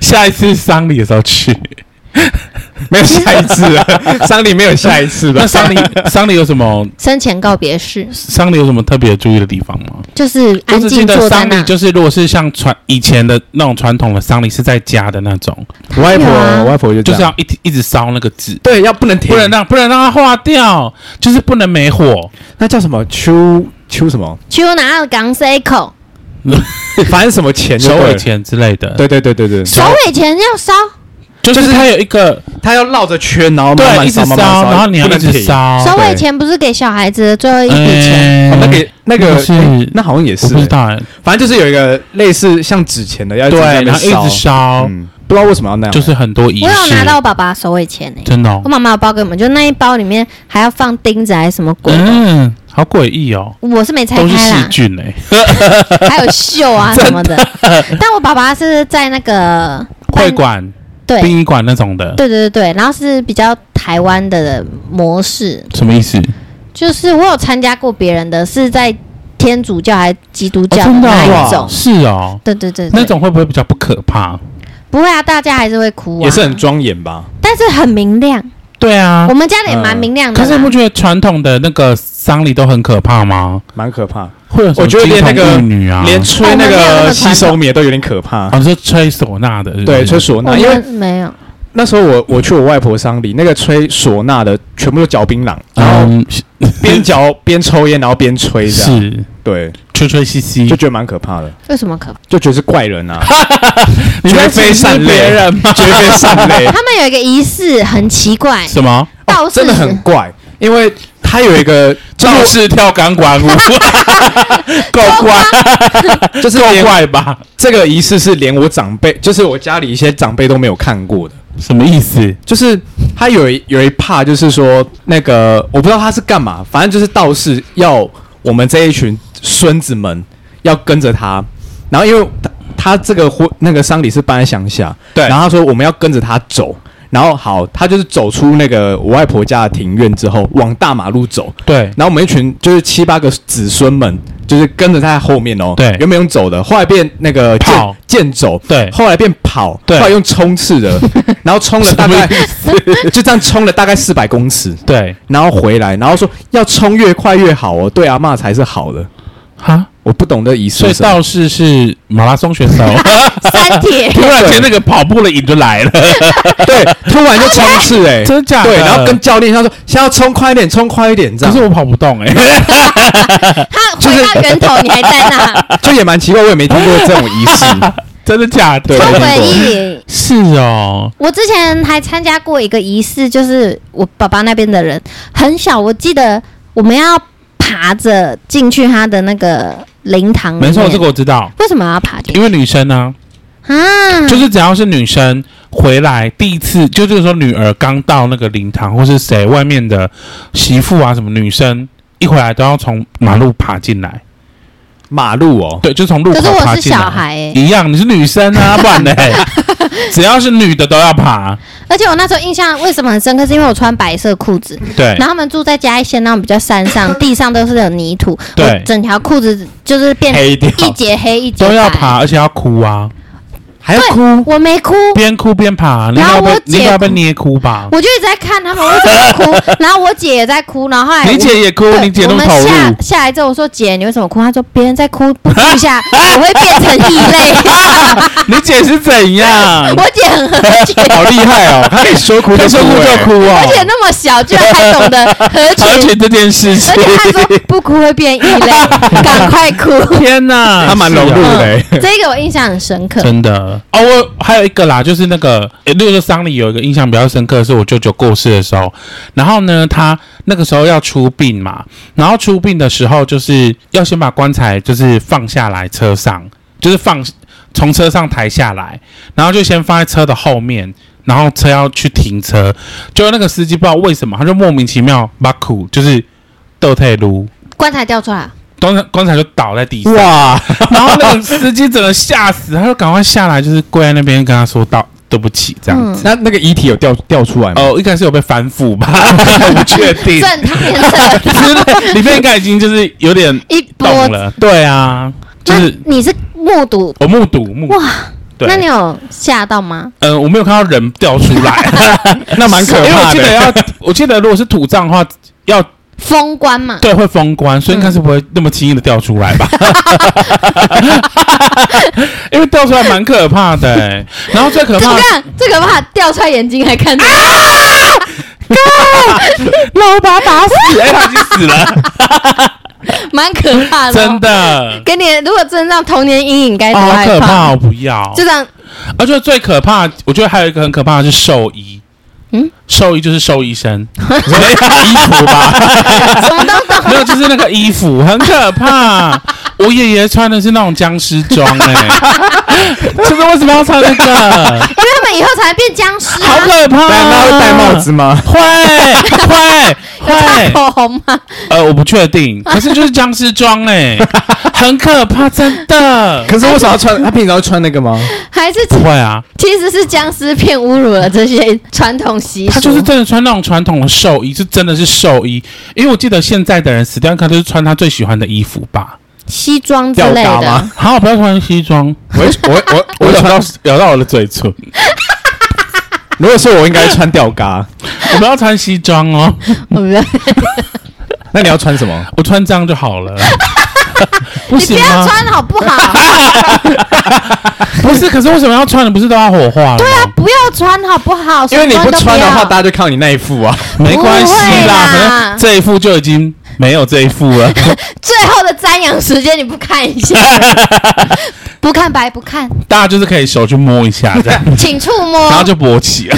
Speaker 1: 下一次丧礼的时候去。
Speaker 3: 没有下一次了，丧礼没有下一次吧
Speaker 1: 那？丧礼丧礼有什么
Speaker 2: 生前告别式
Speaker 1: 丧礼有什么特别注意的地方吗？
Speaker 2: 就是
Speaker 1: 我
Speaker 2: 安
Speaker 1: 只记
Speaker 2: 静
Speaker 1: 得
Speaker 2: 坐在
Speaker 1: 丧
Speaker 2: 那
Speaker 1: 礼，就是如果是像传以前的那种传统的丧礼，是在家的那种，
Speaker 3: 我外婆，
Speaker 2: 没有啊
Speaker 3: 我外婆就
Speaker 1: 就
Speaker 3: 这
Speaker 1: 是
Speaker 3: 样，
Speaker 1: 要一直一直烧那个纸，
Speaker 3: 对，要不能停，
Speaker 1: 不能让不能让它化掉，就是不能没火。
Speaker 3: 那叫什么秋秋什么，
Speaker 2: 去拿到港 C 口，
Speaker 3: [laughs] 反正什么钱就
Speaker 1: 首
Speaker 3: 对
Speaker 1: 尾
Speaker 3: 了，
Speaker 1: 钱之类的，
Speaker 3: 对对对对对，
Speaker 2: 首尾前要烧，
Speaker 1: 就是它有一个
Speaker 3: 他要绕着圈，然后慢
Speaker 1: 对，
Speaker 3: 慢
Speaker 1: 一直
Speaker 3: 烧，慢慢
Speaker 1: 然后你要一
Speaker 3: 不能
Speaker 1: 直
Speaker 3: 停。
Speaker 1: 烧。
Speaker 2: 首尾
Speaker 3: 对
Speaker 2: 前不是给小孩子的最后一笔钱？
Speaker 1: 哎
Speaker 3: 哦那个那
Speaker 1: 那
Speaker 3: 个
Speaker 1: 个是
Speaker 3: 哎那好像也
Speaker 1: 我
Speaker 3: 是
Speaker 1: 不知
Speaker 3: 欸，
Speaker 1: 道哎，
Speaker 3: 反正就是有一个类似像纸钱的，要
Speaker 1: 对，
Speaker 3: 在那
Speaker 1: 然
Speaker 3: 边
Speaker 1: 后一直
Speaker 3: 烧，
Speaker 1: 烧，
Speaker 3: 嗯，不知道为什么要那样，
Speaker 1: 就是很多仪式。
Speaker 2: 我有拿到我爸爸首尾钱呢、
Speaker 1: 真的哦
Speaker 2: 我，妈妈有包给我们，就那一包里面还要放钉子还是什么鬼的。
Speaker 1: 嗯，好诡异哦，
Speaker 2: 我是没拆
Speaker 1: 都是
Speaker 2: 开
Speaker 1: 细
Speaker 2: 啦，
Speaker 1: 菌哎， [laughs]
Speaker 2: 还有秀啊什么的。但我爸爸是在那个
Speaker 1: 会馆、
Speaker 2: 对
Speaker 1: 殡仪馆那种的，
Speaker 2: 对对对对，然后是比较台湾的模式，
Speaker 1: 什么意思？
Speaker 2: 就是我有参加过别人的，是在天主教还是基督
Speaker 1: 哦
Speaker 2: 教
Speaker 1: 真的
Speaker 2: 那
Speaker 1: 哦
Speaker 2: 一种。
Speaker 1: 是哦，
Speaker 2: 对对对对
Speaker 1: 那种会不会比较不可怕？
Speaker 2: 不会啊，大家还是会哭啊，
Speaker 3: 也是很，庄严吧？
Speaker 2: 但是很明亮。
Speaker 1: 对啊嗯
Speaker 2: 我，们家里也蛮明亮的
Speaker 1: 可
Speaker 2: 啦。
Speaker 1: 是你不觉得传统的那个丧礼都很可怕吗？
Speaker 3: 蛮可怕，
Speaker 1: 会有什么
Speaker 3: 我觉得连那
Speaker 1: 金童
Speaker 3: 个
Speaker 1: 玉女啊，
Speaker 3: 连吹
Speaker 2: 哦
Speaker 3: 那
Speaker 2: 我们没有那
Speaker 3: 个
Speaker 2: 么
Speaker 3: 吸收棉都有点可怕。
Speaker 1: 哦，你说吹唢呐的，是不是
Speaker 3: 对，吹唢
Speaker 2: 我
Speaker 1: 啊
Speaker 3: 呐，因为
Speaker 2: 们没有，
Speaker 3: 那时候我我去我外婆丧礼，那个吹唢呐的全部都嚼槟榔，然后
Speaker 1: 嗯
Speaker 3: 边嚼边抽烟，然后边吹这样，
Speaker 1: 是
Speaker 3: 对，
Speaker 1: 吹吹嘻嘻
Speaker 3: 就，觉得蛮可怕的，
Speaker 2: 为什么可怕？
Speaker 3: 就觉得是怪人 [laughs] 啊，
Speaker 1: 你在
Speaker 3: 绝非
Speaker 1: 歧视
Speaker 3: 善类
Speaker 1: 别人吗？
Speaker 3: [laughs] 绝非善类，
Speaker 2: 他们有一个仪式很奇怪，
Speaker 1: 什么？
Speaker 2: 道士
Speaker 3: 真的很怪，因为他有一个
Speaker 1: 肇事跳钢管
Speaker 2: [laughs]
Speaker 1: 舞，够怪，
Speaker 3: [laughs] 就是
Speaker 1: 够
Speaker 3: 连
Speaker 1: 怪吧？
Speaker 3: 这个仪式是连我长辈，就是我家里一些长辈都没有看过的。
Speaker 1: 什么意思？
Speaker 3: 就是他有一有一怕，就是说那个我不知道他是干嘛，反正就是道士要我们这一群孙子们要跟着他，然后因为他他这个婚那个丧礼是办在乡下，
Speaker 1: 对
Speaker 3: 然后他说我们要跟着他走，然后好，他就是走出那个我外婆家的庭院之后，往大马路走，
Speaker 1: 对
Speaker 3: 然后我们一群就是七八个子孙们，就是跟着他在后面哦。
Speaker 1: 对
Speaker 3: 原本用走的，后来变那个健
Speaker 1: 跑
Speaker 3: 健走，
Speaker 1: 对
Speaker 3: 后来变跑，
Speaker 1: 对
Speaker 3: 后来用冲
Speaker 1: [laughs]
Speaker 3: 刺的，然后冲了大概就这样冲了大概四百公尺，
Speaker 1: 对，
Speaker 3: 然后回来，然后说要冲越快越好哦，对阿妈才是好的。
Speaker 1: 哈，
Speaker 3: 我不懂这仪式
Speaker 1: 所以
Speaker 3: 是什么，
Speaker 1: 道士是马拉松选 [laughs] 手，
Speaker 2: 三
Speaker 1: [laughs]
Speaker 2: 铁
Speaker 1: 突然间那个跑步的瘾就来了，
Speaker 3: 对，突然就冲
Speaker 1: [laughs]
Speaker 3: 刺哎、
Speaker 1: 真假的？
Speaker 3: 对，然后跟教练他说，现在要冲快一点，冲快一点，这
Speaker 1: 可
Speaker 3: 样
Speaker 1: [laughs] 是我跑不动哎、
Speaker 2: 他回到源头，你还在
Speaker 1: [laughs]
Speaker 2: 那，
Speaker 3: 就也蛮奇怪，我也没听过这种仪式。
Speaker 1: 真的假的？
Speaker 3: 对
Speaker 2: 超
Speaker 3: 我
Speaker 2: 诡异。
Speaker 1: 是哦，
Speaker 2: 我之前还参加过一个仪式，就是我爸爸那边的人很小，我记得我们要爬着进去他的那个灵堂里
Speaker 1: 没
Speaker 2: 面。
Speaker 1: 错，这个我知道，
Speaker 2: 为什么要爬进去
Speaker 1: 因为女生呢、
Speaker 2: 啊？
Speaker 1: 就是只要是女生回来第一次，就这个时候女儿刚到那个灵堂，或是谁外面的媳妇啊什么女生。一回来都要从马路爬进来，
Speaker 3: 马路哦，
Speaker 1: 对，就从路
Speaker 2: 可
Speaker 1: 口
Speaker 2: 是我
Speaker 1: 爬
Speaker 2: 是
Speaker 1: 进来。
Speaker 2: 小孩欸
Speaker 1: 一样，你是女生啊，不然呢？只要是女的都要爬，
Speaker 2: 而且我那时候印象为什么很深刻，是因为我穿白色裤子，
Speaker 1: 对
Speaker 2: 然后他们住在嘉义县那种比较山上，地上都是有泥土，
Speaker 1: 对
Speaker 2: 我整条裤子就是变
Speaker 3: 黑掉
Speaker 2: 一截黑一截白
Speaker 1: 都要爬，。而且要哭啊，
Speaker 3: 还要
Speaker 2: 对
Speaker 3: 哭。
Speaker 2: 我没哭，
Speaker 1: 边哭边爬，你应
Speaker 2: 然
Speaker 1: 该
Speaker 2: 后
Speaker 1: 被
Speaker 2: 我
Speaker 1: 你应
Speaker 2: 姐
Speaker 1: 该被捏哭吧？
Speaker 2: 我就一直在看他们为什么哭，
Speaker 1: [laughs]
Speaker 2: 然后我姐也在哭，然后后来
Speaker 1: 你
Speaker 2: 我
Speaker 1: 姐也哭，
Speaker 2: 对
Speaker 1: 你姐
Speaker 2: 我
Speaker 1: 那么
Speaker 2: 们
Speaker 1: 投
Speaker 2: 下
Speaker 1: 入，
Speaker 2: 下来之后，我说姐，你为什么哭？她说别人在哭，不哭一下 [laughs] 我会变成异 [laughs] 类。
Speaker 1: 你姐是怎样？
Speaker 2: 我姐很和解，
Speaker 3: 好厉害哦！他可以说哭
Speaker 1: 她
Speaker 3: 就
Speaker 1: 说哭就
Speaker 3: 欸
Speaker 1: 哭
Speaker 2: 而且
Speaker 1: 哦，
Speaker 2: 那么小，居然还懂得 [laughs] 和
Speaker 1: 而且
Speaker 2: 解，
Speaker 1: 这件事情
Speaker 2: 而，且她说不哭会变异 [laughs] 类，赶快哭。
Speaker 1: 天哪，啊
Speaker 3: 他蛮融入的、欸。
Speaker 2: 这个我印象很深刻。
Speaker 1: 真的哦，我还有一个啦，就是那个呃六个丧礼有一个印象比较深刻，是我舅舅过世的时候，然后呢，他那个时候要出殡嘛，然后出殡的时候就是要先把棺材就是放下来车上，就是放从车上抬下来，然后就先放在车的后面。然后车要去停车，就那个司机不知道为什么，他就莫名其妙把苦就是倒退路，
Speaker 2: 棺材掉出来，
Speaker 1: 棺材棺材就倒在地上。
Speaker 3: 哇，
Speaker 1: [laughs] 然后那个司机整个吓死，他就赶快下来，就是跪在那边跟他说道对不起这样子。
Speaker 3: 嗯那那个遗体有掉掉出来吗？
Speaker 1: 哦，应该是有被翻覆吧，我不确定。
Speaker 2: 正他变正
Speaker 1: [laughs] 之类里面应该已经就是有点
Speaker 2: 一
Speaker 1: 懂
Speaker 2: 波。
Speaker 1: 了。对啊，就
Speaker 2: 那
Speaker 1: 是
Speaker 2: 你是目睹
Speaker 1: 我目睹目
Speaker 2: 哇？
Speaker 1: 对
Speaker 2: 那，你有吓到吗？
Speaker 1: 呃，我没有看到人掉出来，
Speaker 3: 那蛮可
Speaker 1: 因为我
Speaker 3: 怕
Speaker 1: 记
Speaker 3: 的。
Speaker 1: 得要，我记得如果是土葬的话，要
Speaker 2: 封棺嘛，
Speaker 1: 对会封棺，所以应该是不会那么轻易的掉出来吧。 [laughs] 因为掉出来蛮可怕的、欸，然后最可
Speaker 2: 怎
Speaker 1: 怕
Speaker 2: 么看？最可怕，掉出来眼睛还看到。
Speaker 1: 老把打死， [laughs] 哎、他已经死了。
Speaker 2: 蛮可怕的
Speaker 1: [laughs]
Speaker 2: 哦、
Speaker 1: 真的。
Speaker 2: 给你，如果真让童年阴影，该
Speaker 1: 哦
Speaker 2: 多
Speaker 1: 好
Speaker 2: 害
Speaker 1: 可怕！
Speaker 2: 怕！
Speaker 1: 我不要。
Speaker 2: 就这样，
Speaker 1: 而且最可怕，我觉得还有一个很可怕的是兽医。嗯
Speaker 2: 嗯，
Speaker 1: 兽医就是兽医 [laughs] 生，
Speaker 3: 衣
Speaker 1: [laughs]
Speaker 3: 服吧，
Speaker 2: 什么都懂。
Speaker 1: 没有就是那个衣服很可 [laughs] 怕。我爷爷穿的是那种僵尸装哎、 [laughs] 就是为什么要穿那个？
Speaker 2: 因为他们以后才变僵尸
Speaker 1: [laughs] 好
Speaker 2: 啊！
Speaker 1: 可怕、
Speaker 3: 大家会戴帽子，吗？
Speaker 1: 会会
Speaker 2: 有擦
Speaker 1: 会，
Speaker 2: 口红吗？
Speaker 1: [laughs] 呃，我不确定，可是就是僵尸装哎、很可怕，真的。
Speaker 3: [laughs] 可是为什么要穿？他平常会穿那个吗？
Speaker 2: 还是
Speaker 1: 不会啊，
Speaker 2: 其实是僵尸片侮辱了这些传统习俗？
Speaker 1: 他就是真的穿那种传统的寿衣，是真的是寿衣。因为我记得现在的人死掉，应该都是穿他最喜欢的衣服吧。
Speaker 2: 西装之类
Speaker 3: 吊嘎
Speaker 2: 的
Speaker 3: 吗，
Speaker 1: 好，不要穿西装，
Speaker 3: 我会我会我我会
Speaker 1: [laughs]
Speaker 3: 穿。
Speaker 1: 咬到我的嘴唇。
Speaker 3: 如果说我应该穿吊嘎，
Speaker 1: 我不要穿西装哦， [laughs]
Speaker 2: 我嗯不要
Speaker 3: 那你要穿什么？
Speaker 1: 我穿这样就好
Speaker 2: [laughs]
Speaker 1: 了。不
Speaker 2: 你不
Speaker 1: 行
Speaker 2: 要
Speaker 1: 吗？
Speaker 2: 穿
Speaker 1: [laughs]
Speaker 2: 好不好？
Speaker 1: 不是，可是为什么要穿的？不是都要火化了吗？
Speaker 2: 对啊，不要穿好不好？
Speaker 3: [laughs] 因为你
Speaker 2: 什么
Speaker 3: 不
Speaker 2: 都
Speaker 3: 穿的话，
Speaker 2: 要
Speaker 3: 大家就看你那一副啊。
Speaker 1: 没关系
Speaker 2: 不
Speaker 1: 啦，
Speaker 2: 会啦
Speaker 1: 反正这一副就已经没有这一副了。 [laughs]
Speaker 2: 最后的瞻仰时间你不看一下，不看白不看，
Speaker 1: 大家就是可以手去摸一下
Speaker 2: [laughs]
Speaker 1: 这样，
Speaker 2: 请触摸，
Speaker 1: 然后就勃起了，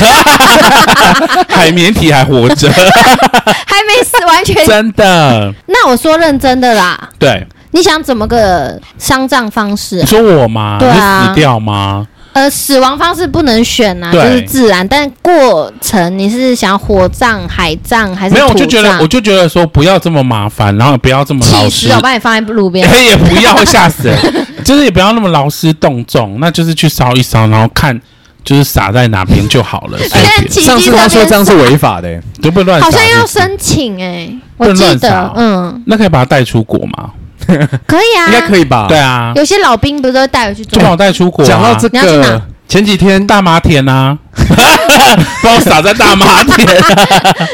Speaker 1: [laughs] 海绵体还活
Speaker 2: [laughs]
Speaker 1: 着，
Speaker 2: 还没死
Speaker 1: [laughs]
Speaker 2: 完全。
Speaker 1: 真的。
Speaker 2: 那我说认真的啦，
Speaker 1: 对，
Speaker 2: 你想怎么个丧葬方式
Speaker 1: 你
Speaker 2: 啊？
Speaker 1: 说我吗？
Speaker 2: 对啊
Speaker 1: 你是死掉吗？
Speaker 2: 呃，死亡方式不能选啊，就
Speaker 1: 对
Speaker 2: 是自然。但过程你是想要火葬、海葬还是
Speaker 1: 没有，我
Speaker 2: 土
Speaker 1: 就觉得，
Speaker 2: 葬
Speaker 1: 我就觉得说不要这么麻烦，然后也不要这么劳
Speaker 2: 气
Speaker 1: 师
Speaker 2: 死，我把你放在路边。
Speaker 1: 也不
Speaker 2: [laughs]
Speaker 1: 要会吓死人，就是也不要那么劳师动众，那就是去烧一烧，然后看就是撒在哪边就好
Speaker 2: [laughs]
Speaker 1: 了，随
Speaker 2: 但
Speaker 1: 便
Speaker 2: 奇
Speaker 3: 上
Speaker 2: 迹
Speaker 3: 次
Speaker 2: 这
Speaker 3: 他说
Speaker 2: 边
Speaker 3: 这样是违法的、欸，
Speaker 1: 都不乱撒。
Speaker 2: 好像要
Speaker 1: 生，
Speaker 2: 申请哎、
Speaker 1: 不
Speaker 2: 我
Speaker 1: 能
Speaker 2: 记
Speaker 1: 乱撒
Speaker 2: 得
Speaker 1: 哦，
Speaker 2: 嗯，
Speaker 1: 那可以把它带出国吗？
Speaker 2: 可以啊，
Speaker 3: 应该可
Speaker 2: 以。
Speaker 3: 以吧？
Speaker 1: 对。啊，
Speaker 2: 有些老兵不是都会带回去
Speaker 1: 就
Speaker 2: 做
Speaker 1: 把？我带出国啊。
Speaker 3: 讲到这
Speaker 2: 你要去哪
Speaker 3: 个，前几天
Speaker 1: 大麻田啊， [laughs] 把我撒在大麻
Speaker 3: [laughs]
Speaker 1: 田，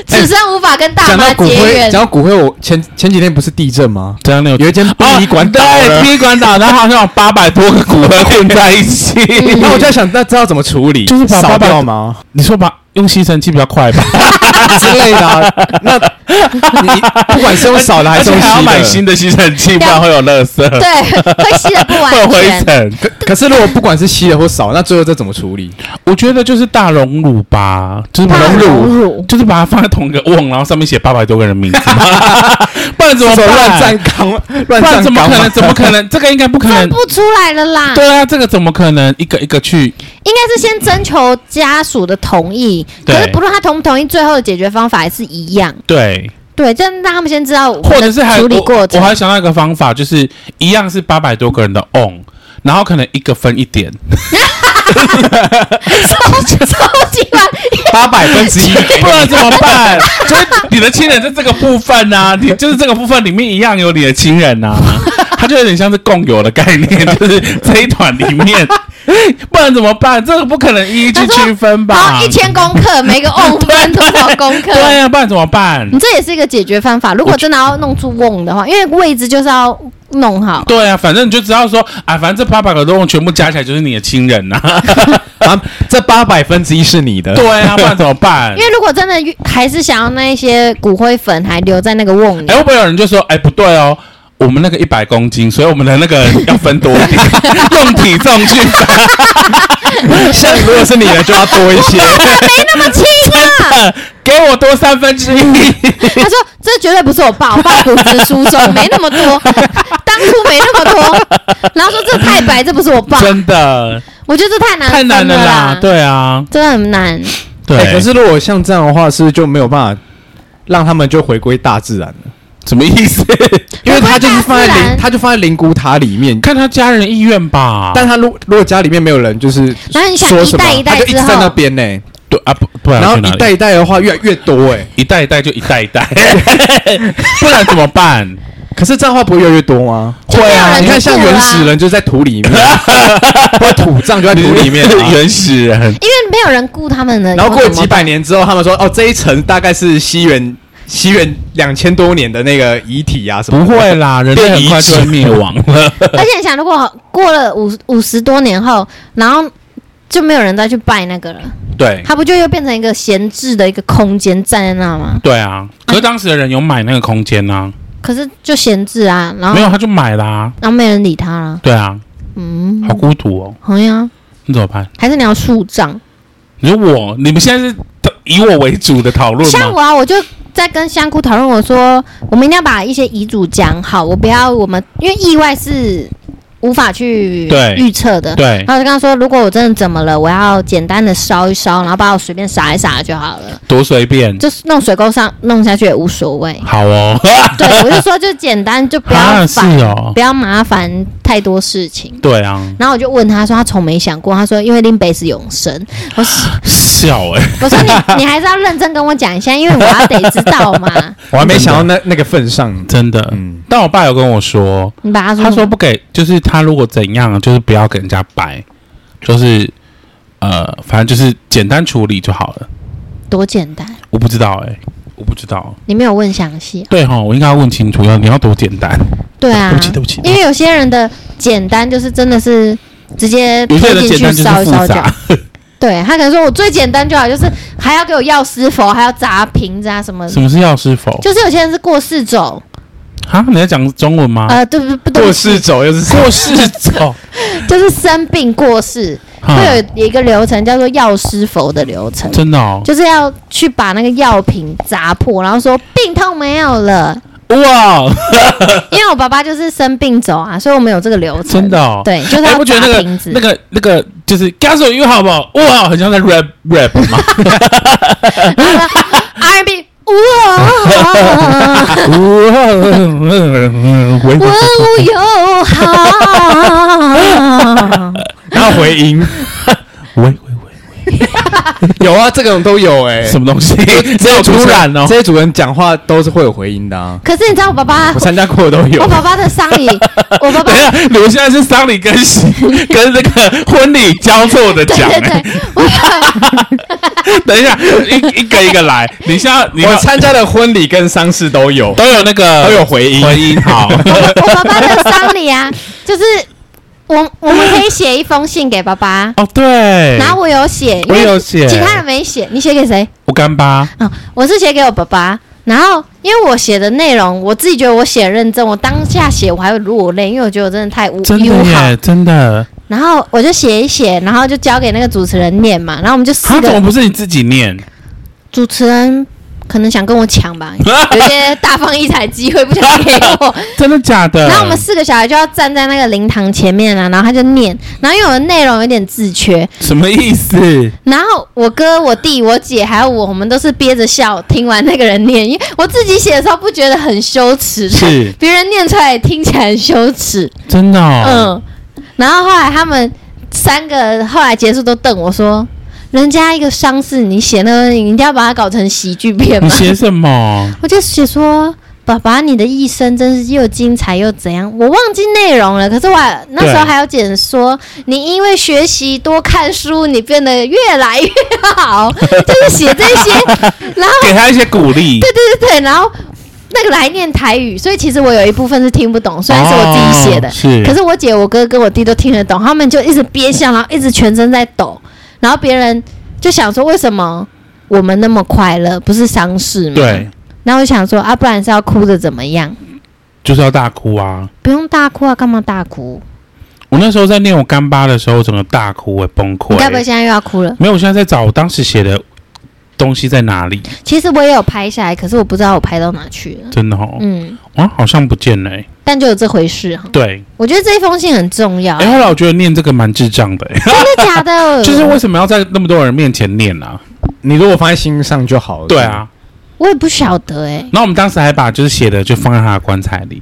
Speaker 2: 此
Speaker 1: 哎
Speaker 2: 生无法跟大
Speaker 3: 讲
Speaker 2: 妈
Speaker 3: 到骨
Speaker 2: 结
Speaker 3: 灰，
Speaker 2: 缘。
Speaker 3: 讲到骨灰，我前前几天不是地震吗？
Speaker 1: 这样你有
Speaker 3: 有一间殡仪馆倒
Speaker 1: 对，
Speaker 3: 了，
Speaker 1: 殡仪馆岛，然后好像有八百多个骨灰混在一起。
Speaker 3: 那
Speaker 2: 嗯
Speaker 3: 我就在想，那知道怎么处理？
Speaker 1: 就是把
Speaker 3: 扫
Speaker 1: 爸爸
Speaker 3: 掉吗？
Speaker 1: 你说吧，用吸尘器比较快吧，
Speaker 3: [laughs] 之类的、啊。那你不管 [laughs] 是用扫的还
Speaker 1: 而
Speaker 3: 是
Speaker 1: 且
Speaker 3: 用吸
Speaker 1: 还要买
Speaker 3: 的，
Speaker 1: 新的吸尘器，不然会有垃圾，
Speaker 2: 对，会吸的
Speaker 1: [laughs]
Speaker 2: 不
Speaker 1: 会有
Speaker 2: 完
Speaker 1: 灰
Speaker 2: 全。
Speaker 1: 尘。
Speaker 3: [laughs] 可是如果不管是吸的或扫，那最后这怎么处理？ [laughs]
Speaker 1: 我觉得就是大荣辱吧，就是把
Speaker 2: 大荣辱
Speaker 1: 就是把它放在同一个瓮，然后上面写八百多个人名字
Speaker 3: [laughs]
Speaker 1: 嘛，不然怎么
Speaker 3: 手
Speaker 1: 办？
Speaker 3: 乱站岗，乱
Speaker 1: 不然
Speaker 3: 站
Speaker 1: 怎么
Speaker 3: 岗啊
Speaker 1: 可
Speaker 3: 嘛
Speaker 1: 能？怎么可？能？这个应该不可能
Speaker 2: 分。不出来了啦，
Speaker 1: 对啊，这个怎么可能一个一个去？
Speaker 2: 应该是先征求家属的同意，可
Speaker 1: 对
Speaker 2: 是不论他同不同意，最后的解决方法还是一样。
Speaker 1: 对，
Speaker 2: 对，这样让他们先知道我
Speaker 1: 或者
Speaker 2: 的
Speaker 1: 是还
Speaker 2: 处理
Speaker 1: 我
Speaker 2: 过程
Speaker 1: 我还想到一个方法，就是一样是八百多个人的 on，然后可能一个分一点，
Speaker 2: [laughs] 超超级
Speaker 1: [laughs]
Speaker 2: 完，
Speaker 3: [laughs] 八百分之一，
Speaker 1: 不然怎么 [laughs] 办？就是你的亲人在这个部分呢、啊，你就是这个部分里面一样有你的亲人呐、啊， [laughs] 它就有点像是共有的概 [laughs] 念，就是这一团里面， [laughs] 不然怎么办？这个不可能一一去区分
Speaker 2: 然
Speaker 1: 吧
Speaker 2: 后？一千功课，每个哦瓮分多少功课？
Speaker 1: 对啊，不然怎么办
Speaker 2: 你？这也是一个解决方法。如果真的要弄出瓮的话，因为位置就是要弄好。
Speaker 1: 对啊，反正你就知道说啊，反正这八百个动物全部加起来就是你的亲人呐、 [laughs] 啊。
Speaker 3: 啊，这八百分之一是你的，
Speaker 1: [laughs] 对啊，不然怎么办
Speaker 2: 因？为如果真的还是想要那一些骨灰粉还留在那个瓮里
Speaker 1: 哎、，会不会有人就说，哎、不对哦，我们那个一百公斤，所以我们的那个要分多
Speaker 2: [laughs]
Speaker 1: 一点，用体重去分，
Speaker 3: 像如果是你的就要多 [laughs] 一些，
Speaker 1: 哎
Speaker 2: 没那么轻啊。
Speaker 1: 给我多三分之一。
Speaker 2: 他说这绝对不是我爸，我爸骨质疏
Speaker 1: [laughs]
Speaker 2: 松，没那么多，当初没那么多。然后说这太白，这不是我爸，
Speaker 1: 真的
Speaker 2: 我觉得这太难
Speaker 1: 太难
Speaker 2: 分
Speaker 1: 了
Speaker 2: 了
Speaker 1: 嗯啦，，对啊，
Speaker 2: 真的很难。
Speaker 1: 对。
Speaker 3: 哎可是如果像这样的话，是不是就没有办法让他们就回归大自然了？
Speaker 1: 什么意思？
Speaker 3: 因为他就是放
Speaker 2: 回归
Speaker 3: 在
Speaker 2: 大自然
Speaker 3: 灵，他就放在灵骨塔里面。
Speaker 1: 看他家人意愿吧。
Speaker 3: 但他如如果家里面没有人，就是
Speaker 2: 然后你想
Speaker 3: 说什么
Speaker 2: 一代一代
Speaker 3: 他就一直
Speaker 2: 之后
Speaker 3: 在那边呢、
Speaker 1: 对啊，不不然
Speaker 3: 然后
Speaker 1: 去哪
Speaker 3: 一
Speaker 1: 里
Speaker 3: 代一代的话越来越多哎、
Speaker 1: 一代一代就一代一 [laughs] 代，不然怎么办？
Speaker 3: 可是这样的话不会越来越多吗？
Speaker 2: 就没有人
Speaker 3: 你看
Speaker 2: 去
Speaker 3: 像
Speaker 2: 了啊
Speaker 3: 原始人就是在土里 [laughs] 面，不然土葬就在土里面、啊。 [laughs]
Speaker 1: 原始人
Speaker 2: 因为没有人顾他们了，
Speaker 3: 然后过
Speaker 2: 有
Speaker 3: 了
Speaker 2: 什么
Speaker 3: 几百年之后，他们说哦，这一层大概是西元西元两千多年的那个遗体啊什么
Speaker 1: 不
Speaker 3: 的。
Speaker 1: 会啦，人类很快就会灭亡了。
Speaker 2: 而且你想，如果过了五五十多年后，然后就没有人再去拜那个了，
Speaker 1: [laughs] 对
Speaker 2: 它不就又变成一个闲置的一个空间站在那吗？
Speaker 1: 对啊，可是当时的人有买那个空间啊呐，
Speaker 2: 可是就闲置啊，然后
Speaker 1: 没有他就买啦。
Speaker 2: 然后没人理它了，
Speaker 1: 对啊，
Speaker 2: 嗯，
Speaker 1: 好孤独哦，
Speaker 2: 好呀、
Speaker 1: 你怎么办？
Speaker 2: 还是你要树葬？
Speaker 1: 你说我，你们现在是以我为主的讨论
Speaker 2: 像
Speaker 1: 吗？
Speaker 2: 我啊，我就在跟香菇讨论，我说我们一定要把一些遗嘱讲好，我不要我们因为意外是无法去
Speaker 1: 对
Speaker 2: 预测的。
Speaker 1: 对
Speaker 2: 然后我就跟他说，如果我真的怎么了，我要简单的烧一烧，然后把我随便撒一撒就好了，
Speaker 1: 多随便，。
Speaker 2: 就是弄水沟上弄下去也无所
Speaker 1: [laughs]
Speaker 2: 谓
Speaker 1: 好哦。
Speaker 2: 对，我就说就简单，就不要
Speaker 1: 啊，是
Speaker 2: 烦，
Speaker 1: 哦，
Speaker 2: 不要麻烦太多事情。
Speaker 1: 对啊，
Speaker 2: 然后我就问他说，他从没想过，他说因为林北是永生，我说
Speaker 1: 笑哎、
Speaker 2: 我说
Speaker 1: [laughs]
Speaker 2: 你你还是要认真跟我讲一下，因为我要得知道嘛。
Speaker 3: 我还没想到那那个份上。
Speaker 1: 真的。
Speaker 3: 嗯，
Speaker 1: 但我爸有跟我说，
Speaker 2: 你把他说，
Speaker 1: 他说不给，就是他如果怎样，啊就是不要给人家掰，就是呃，反正就是简单处理就好了。
Speaker 2: 多简单，
Speaker 1: 我不知道哎、我不知道。
Speaker 2: 你没有问详细、
Speaker 1: 对哈，我应该要问清楚，要你要多简单。
Speaker 2: 对啊
Speaker 1: 对不起，对不起。
Speaker 2: 因为有些人的简单就是真的是直接
Speaker 1: [laughs] 有
Speaker 2: 推
Speaker 1: 些人
Speaker 2: 进
Speaker 1: 简单就
Speaker 2: 去烧
Speaker 1: 是
Speaker 2: 一
Speaker 1: 复
Speaker 2: 烧就好
Speaker 1: 杂。， [laughs]
Speaker 2: 对他可能说我最简单就好，就是还要给我药师佛，还要砸瓶子啊什么
Speaker 1: [laughs]
Speaker 2: 的
Speaker 1: 什么是药师否？
Speaker 2: 就是有些人是过世走，
Speaker 1: 啊，你在讲中文吗？ [laughs]
Speaker 2: 呃，对不不对
Speaker 3: 过
Speaker 2: 不起，
Speaker 3: 世走又是
Speaker 1: 过世走，
Speaker 2: 就是生病过世，
Speaker 1: [laughs] 哈
Speaker 2: 会有一个流程叫做药师佛的流程，
Speaker 1: 真的哦，
Speaker 2: 就是要去把那个药瓶砸破，然后说病痛没有
Speaker 1: [laughs]
Speaker 2: 了。
Speaker 1: 哇，
Speaker 2: 因为我爸爸就是生病走啊，所以我们有这个流程。
Speaker 1: 真的哦，
Speaker 2: 对，就是
Speaker 1: 哎，
Speaker 2: 要
Speaker 1: 不觉得
Speaker 2: 砸
Speaker 1: 那个
Speaker 2: 瓶子。
Speaker 1: 那个那个就是干手音好不好？哇，很像在 rap rap 嘛。
Speaker 2: R&B，哇，啊我无有啊好。
Speaker 3: 然后回音，
Speaker 1: 喂喂喂，
Speaker 3: 有啊，这种都有哎、
Speaker 1: [laughs] 什么东西？
Speaker 3: 这些主持人
Speaker 1: 突然哦
Speaker 3: 这，些主人讲话都是会有回音的啊，
Speaker 2: 可是你知道我爸爸
Speaker 3: 我，参加过的都有
Speaker 2: 我。爸爸的丧
Speaker 1: [laughs]
Speaker 2: 礼，我爸爸
Speaker 1: 等一下，啊你们现在是丧礼跟喜跟那个婚礼交错的
Speaker 2: 对
Speaker 1: 讲、
Speaker 2: 对
Speaker 1: 欸，
Speaker 2: 对，我爸
Speaker 1: 等一下，一一个一个来，你现在你
Speaker 3: 我
Speaker 1: 要
Speaker 3: 参加的婚礼跟丧事都有，
Speaker 1: 都有那个
Speaker 3: 都有回音
Speaker 1: 回音好，
Speaker 2: 我爸爸的丧礼啊，就是我我们可以写一封信给爸爸，
Speaker 1: 哦对，
Speaker 2: 然后我有写，因
Speaker 1: 我
Speaker 2: 为
Speaker 1: 有写，
Speaker 2: 其他人没写，你写给谁？
Speaker 1: 我干巴，
Speaker 2: 啊、我是写给我爸爸，然后因为我写的内容，我自己觉得我写得认真，我当下写我还会落泪，因为我觉得我真的太无
Speaker 1: 真
Speaker 2: 忧
Speaker 1: 的
Speaker 2: 好
Speaker 1: 耶，。真的，
Speaker 2: 然后我就写一写，然后就交给那个主持人念嘛，然后我们就四
Speaker 1: 他怎么
Speaker 2: 个
Speaker 1: 不是你自己念？
Speaker 2: 主持人。可能想跟我抢吧，有些大放异彩机会不想给我。
Speaker 1: 真的假的？
Speaker 2: 然后我们四个小孩就要站在那个灵堂前面啊，然后他就念，然后因为我的内容有点自缺，
Speaker 1: 什么意
Speaker 2: [laughs]
Speaker 1: 思？
Speaker 2: 然后我哥、我弟、我姐还有我，我们都是憋着笑听完那个人念，因为我自己写的时候不觉得很羞耻，
Speaker 1: 是
Speaker 2: 别人念出来也听起来很羞耻，
Speaker 1: 真的哦，
Speaker 2: 嗯。然后后来他们三个后来结束都瞪我说：“人家一个丧事，你写那个，你一定要把它搞成喜剧片
Speaker 1: 你
Speaker 2: 吗
Speaker 1: 写什么？？”
Speaker 2: 我就写说。爸爸，你的一生真是又精彩又怎样？我忘记内容了，可是我还那时候
Speaker 1: 对
Speaker 2: 还有姐说，你因为学习多看书，你变得越来越好， [laughs] 就是写这些。 [laughs] 然后
Speaker 1: 给他一些鼓励，
Speaker 2: [laughs] 对对对对，然后那个来念台语，所以其实我有一部分是听不懂，虽然是我自己写的，
Speaker 1: 哦是
Speaker 2: 可是我姐、我哥跟我弟都听得懂，他们就一直憋笑，然后一直全身在抖，然后别人就想说为什么我们那么快乐，不是丧事吗？
Speaker 1: 对，
Speaker 2: 然后我就想说啊，不然是要哭着怎么样？
Speaker 1: 就是要大哭啊！
Speaker 2: 不用大哭啊，干嘛大哭？
Speaker 1: 我那时候在念我干巴的时候，我整个大哭，我崩溃
Speaker 2: 你。该不会现在又要哭了？
Speaker 1: 没有，我现在在找我当时写的东西在哪里，
Speaker 2: 其实我也有拍下来，可是我不知道我拍到哪去了。
Speaker 1: 真的哦，
Speaker 2: 嗯，
Speaker 1: 哇，好像不见了欸。
Speaker 2: 但就有这回事哈。
Speaker 1: 对，
Speaker 2: 我觉得这封信很重要，
Speaker 1: 哎，后来我觉得念这个蛮智障的欸，
Speaker 2: 真的假的？
Speaker 1: [laughs] 就是为什么要在那么多人面前念啊？
Speaker 3: 你如果放在心上就好了。
Speaker 1: 对，啊，
Speaker 2: 我也不晓得哎、
Speaker 1: 然后我们当时还把就是写的就放在他的棺材里，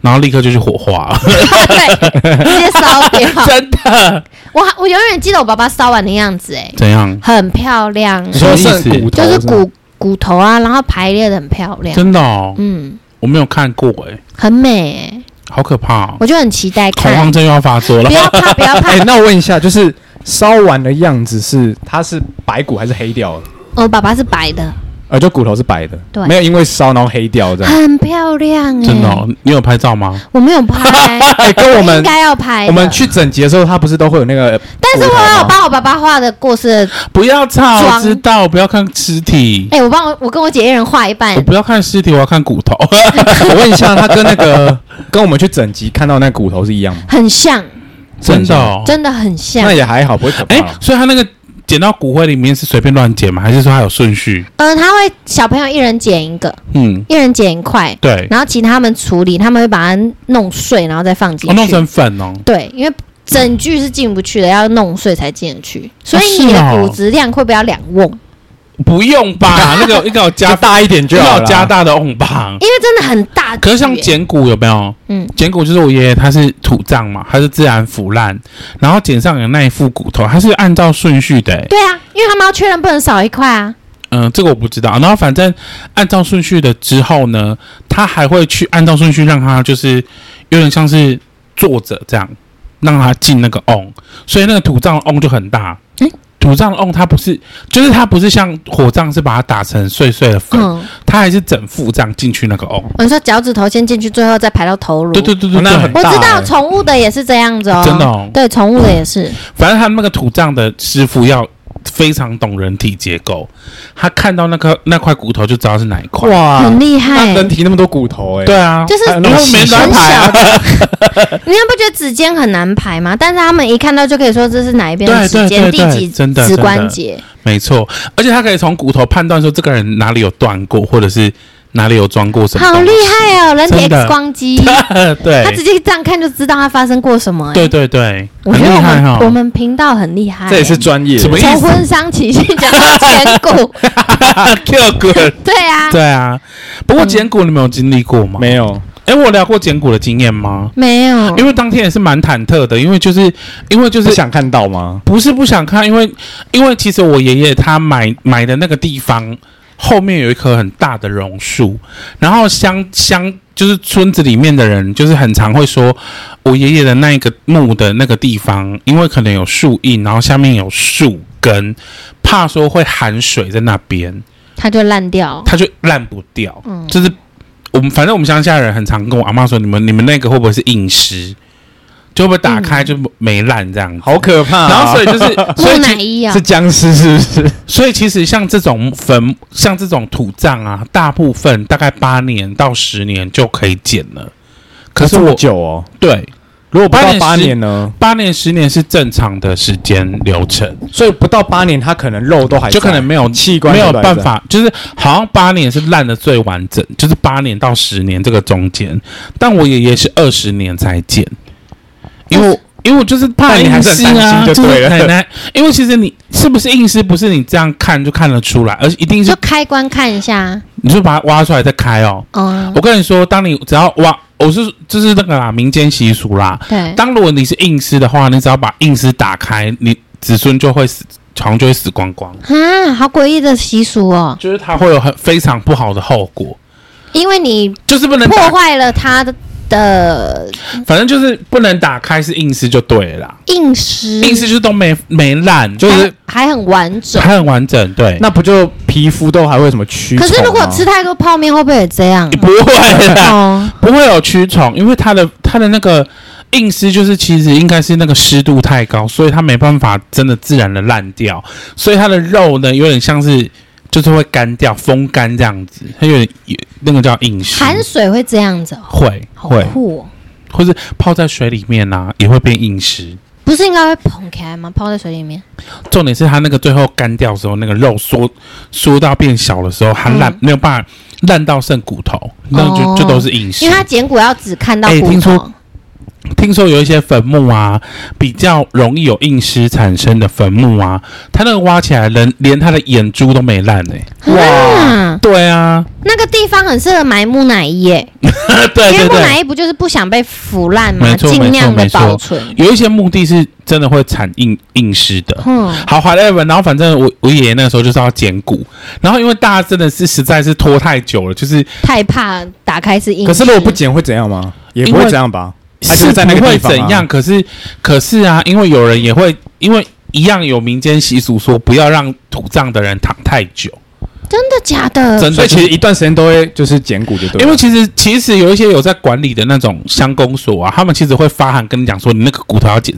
Speaker 1: 然后立刻就去火化了， [laughs]
Speaker 2: 对，直接烧掉。
Speaker 1: 真的？
Speaker 2: 我还我永远记得我爸爸烧完的样子、欸，
Speaker 1: 怎样？
Speaker 2: 很漂亮， [laughs]
Speaker 3: 你说
Speaker 1: 什么意
Speaker 3: 剩
Speaker 1: 思
Speaker 3: 骨头
Speaker 2: 就是
Speaker 3: 吗
Speaker 2: 骨骨头啊，然后排列的很漂亮，
Speaker 1: 真的哦，
Speaker 2: 嗯，
Speaker 1: 我没有看过哎、
Speaker 2: 很美、欸，
Speaker 1: 好可怕、哦，
Speaker 2: 我就很期待
Speaker 1: 恐
Speaker 2: 看
Speaker 1: 慌。症又要发作了
Speaker 2: 不。要怕，不要怕
Speaker 3: 哎、，
Speaker 1: [laughs]
Speaker 3: 那我问一下，就是烧完的样子是它是白骨还是黑掉的？
Speaker 2: 我哦爸爸是白的，
Speaker 3: 呃，就骨头是白的，
Speaker 2: 对
Speaker 3: 没有因为烧然后黑掉这样。
Speaker 2: 很漂亮哎、
Speaker 1: 真的、哦，你有拍照吗？
Speaker 2: 我没有
Speaker 1: [laughs]
Speaker 2: 拍，
Speaker 3: 哎、跟我
Speaker 2: 应
Speaker 3: 们
Speaker 2: 该要拍的。
Speaker 3: 我们去整集的时候，它不是都会有那个
Speaker 2: [laughs]
Speaker 3: 骨头吗？
Speaker 2: 但是我有帮我爸爸画的过世的，
Speaker 1: 不要吵，
Speaker 2: 装
Speaker 1: 我知道，不要看尸体，
Speaker 2: 哎、我帮我我跟我姐一人画一半
Speaker 1: 我，不要看尸体，我要看骨头。 [laughs]
Speaker 3: 我问一下，它跟那个跟我们去整集看到那骨头是一样吗？
Speaker 2: 很像，
Speaker 1: 真的、哦，
Speaker 2: 真的很像
Speaker 3: 那。也还好，不会可怕。
Speaker 1: 哎、所以他那个捡到骨灰里面是随便乱捡吗？还是说他有顺序？
Speaker 2: 嗯、他会小朋友一人捡一个，
Speaker 1: 嗯，
Speaker 2: 一人捡一块，
Speaker 1: 对，
Speaker 2: 然后其他们处理，他们会把它弄碎，然后再放进去。
Speaker 1: 哦，弄成粉哦，
Speaker 2: 对，因为整具是进不去的，要弄碎才进得去，所以
Speaker 1: 是
Speaker 2: 你的
Speaker 1: 哦
Speaker 2: 骨质量会不会要两瓮？
Speaker 1: 不用吧？那个应该有
Speaker 3: 就
Speaker 1: 加，
Speaker 3: 大一点
Speaker 1: 应
Speaker 3: [laughs] 就
Speaker 1: 该
Speaker 3: 好
Speaker 1: 有
Speaker 3: 了。
Speaker 1: 加大的瓮吧。
Speaker 2: 因为真的很大、欸。
Speaker 1: 可是像捡骨有没有？
Speaker 2: 嗯，
Speaker 1: 捡骨就是我爷爷，他是土葬嘛，他是自然腐烂，然后捡上的那一副骨头，他是按照顺序的、欸
Speaker 2: 对啊，因为他们要确认不能少一块啊。
Speaker 1: 嗯，这个我不知道。然后反正按照顺序的之后呢，他还会去按照顺序让他就是有点像是坐着这样，让他进那个瓮，所以那个土葬的瓮就很大。
Speaker 2: 诶
Speaker 1: 土葬的瓮它不是，就是它不是像火葬是把它打成碎碎的粉，
Speaker 2: 嗯，
Speaker 1: 它还是整副这样进去那个瓮。
Speaker 2: 哦我说脚趾头先进去，最后再排到头颅。
Speaker 1: 对对对对
Speaker 3: 哦那很
Speaker 1: 对，
Speaker 2: 我知
Speaker 3: 大
Speaker 2: 道
Speaker 3: 欸
Speaker 2: 宠物的也是这样子哦，
Speaker 1: 真的哦
Speaker 2: 对，宠物的也是，
Speaker 1: 反正他那个土葬的师傅要非常懂人体结构，他看到那颗那块骨头就知道是哪一块。
Speaker 3: 哇
Speaker 2: 很厉害
Speaker 3: 那能提那么多骨头哎、
Speaker 1: 对啊，
Speaker 2: 就是
Speaker 1: 还有那种
Speaker 2: 很
Speaker 1: 没
Speaker 2: 小
Speaker 1: 安排啊。
Speaker 2: [laughs] 你们不觉得指尖很难排吗？但是他们一看到就可以说这是哪一边的
Speaker 1: 对
Speaker 2: 指
Speaker 1: 对
Speaker 2: 尖、
Speaker 1: 对对
Speaker 2: 第几
Speaker 1: 真的
Speaker 2: 指关节。
Speaker 1: 没错，而且他可以从骨头判断说这个人哪里有断过，或者是哪里有装过什么。
Speaker 2: 好厉！害哦，人体
Speaker 1: 真的
Speaker 2: X 光机，他直
Speaker 1: [laughs] 对，
Speaker 2: 接这样看就知道它发生过什么、哎
Speaker 1: 对对对，
Speaker 2: 我
Speaker 1: 很
Speaker 2: 觉
Speaker 1: 厉
Speaker 2: 得我
Speaker 1: 害哦
Speaker 2: 们、
Speaker 1: 哈、 [laughs]
Speaker 2: 我们频道很厉害、欸
Speaker 3: 这也是专业。
Speaker 1: 什么意
Speaker 2: 从
Speaker 1: 思
Speaker 2: 婚丧喜庆讲到千
Speaker 1: [laughs]
Speaker 2: 古，
Speaker 1: Q 滚。
Speaker 2: 对啊，
Speaker 1: 对啊，不
Speaker 2: 嗯
Speaker 1: 过剪骨你们有经历过吗？
Speaker 3: 没有，
Speaker 1: 哎，我有聊过剪骨的经验吗？
Speaker 2: 没有，
Speaker 1: 因为当天也是蛮忐忑的，因为就是因为就是是
Speaker 3: 想看到吗？
Speaker 1: 不是不想看，因为因为其实我爷爷他买买的那个地方后面有一棵很大的榕树，然后乡乡就是村子里面的人就是很常会说，我爷爷的那一个墓的那个地方，因为可能有树荫，然后下面有树根，怕说会含水在那边，
Speaker 2: 它就烂掉。
Speaker 1: 它就烂不掉，
Speaker 2: 嗯
Speaker 1: 就是。我们反正我们乡下人很常跟我阿妈说，你们你们那个会不会是硬尸？就会不会打开就没烂这样子？
Speaker 3: 好可怕、啊
Speaker 1: 然后所以
Speaker 2: [laughs]
Speaker 1: 就是，所
Speaker 2: 木
Speaker 1: 以其
Speaker 2: 乃伊啊
Speaker 3: 是，僵尸是不是？
Speaker 1: 所以其实像这种坟，像这种土葬啊，大部分大概八年到十年就可以捡了。可是
Speaker 3: 这么
Speaker 1: 我
Speaker 3: 久哦，
Speaker 1: 对
Speaker 3: 如果不
Speaker 1: 八
Speaker 3: 到
Speaker 1: 年
Speaker 3: 八
Speaker 1: 十
Speaker 3: 年呢？
Speaker 1: 八年十年是正常的时间流程，
Speaker 3: 所以不到八年，他可能肉都还在
Speaker 1: 就可能没有
Speaker 3: 器官
Speaker 1: 没有
Speaker 3: 都还在
Speaker 1: 办法，就是好像八年是烂的最完整，就是八年到十年这个中间。但我爷爷是二十年才见，因为我因为我就是怕
Speaker 3: 但你还
Speaker 1: 硬
Speaker 3: 是
Speaker 1: 尸
Speaker 3: 很
Speaker 1: 啊，
Speaker 3: 担心就
Speaker 1: 就是
Speaker 3: 对了
Speaker 1: 奶奶。因为其实你是不是硬尸，不是你这样看就看得出来，而且一定是
Speaker 2: 就开关看一下，
Speaker 1: 你就把它挖出来再开哦。
Speaker 2: 哦，
Speaker 1: 我跟你说，当你只要挖，我是就是那个啦，民间习俗啦。
Speaker 2: 对，
Speaker 1: 当如果你是硬尸的话，你只要把硬尸打开，你子孙就会死，好像就会死光光。
Speaker 2: 啊，好诡异的习俗哦，
Speaker 1: 就是它会有很非常不好的后果，
Speaker 2: 因为你
Speaker 1: 就是不能
Speaker 2: 破
Speaker 1: 打，
Speaker 2: 坏了它的呃的
Speaker 1: 反正就是不能打开是硬尸就对了啦。
Speaker 2: 硬石，
Speaker 1: 硬尸就是都没没烂，就
Speaker 3: 就是是
Speaker 2: 还很完整。
Speaker 1: 还很啊完整，对。
Speaker 3: 那不就皮肤都还会有什么蛆虫吗？
Speaker 2: 可是如果吃太多泡面，会不会也这样
Speaker 1: 你？不会啦，
Speaker 2: 哦，
Speaker 1: 不会有蛆虫，因为它的它的那个硬丝就是其实应该是那个湿度太高，所以它没办法真的自然的烂掉，所以它的肉呢有点像是就是会干掉、风干这样子，它有点有那个叫硬丝，
Speaker 2: 含水会这样子哦，
Speaker 1: 会
Speaker 2: 好
Speaker 1: 会，
Speaker 2: 酷哦！
Speaker 1: 或是泡在水里面啊也会变硬丝。
Speaker 2: 不是应该会捧起来吗？泡在水里面，
Speaker 1: 重点是它那个最后干掉的时候，那个肉缩缩到变小的时候，它烂、
Speaker 2: 嗯
Speaker 1: 没有办法烂到剩骨头，那就、
Speaker 2: 哦
Speaker 1: 就都是硬丝。
Speaker 2: 因为它剪骨要只看到
Speaker 1: 哎
Speaker 2: 骨
Speaker 1: 听
Speaker 2: 头
Speaker 1: 说，听说有一些坟墓啊，比较容易有硬尸产生的坟墓啊，它那个挖起来人连他的眼珠都没烂呢、欸
Speaker 2: 啊，
Speaker 1: 对啊，
Speaker 2: 那个地方很适合埋木乃伊耶，
Speaker 1: 对
Speaker 2: 因
Speaker 1: 对
Speaker 2: 为木乃
Speaker 1: 对，
Speaker 2: 伊不就是不想被腐烂吗？
Speaker 1: 没错
Speaker 2: 尽量的
Speaker 1: 没错
Speaker 2: 保存。
Speaker 1: 有一些墓地是真的会产硬硬尸的。
Speaker 2: 嗯，
Speaker 1: 好，怀了文，然后反正我我爷爷那个时候就是要捡骨，然后因为大家真的是实在是拖太久了，就是
Speaker 2: 太怕打开是硬。
Speaker 3: 可是如果不，剪会怎样吗？也不
Speaker 1: 因
Speaker 3: 会
Speaker 1: 为
Speaker 3: 怎样吧？他就是是在那个
Speaker 1: 不会
Speaker 3: 地方啊
Speaker 1: 怎样，可是可是啊，因为有人也会因为一样有民间习俗说不要让土葬的人躺太久，
Speaker 2: 真的假的？
Speaker 1: 真的
Speaker 3: 所以其
Speaker 1: 就是
Speaker 3: 实一段时间都会就是剪骨就对了，啊
Speaker 1: 因为其实其实有一些有在管理的那种乡公所啊，他们其实会发函跟你讲说，你那个骨头要剪，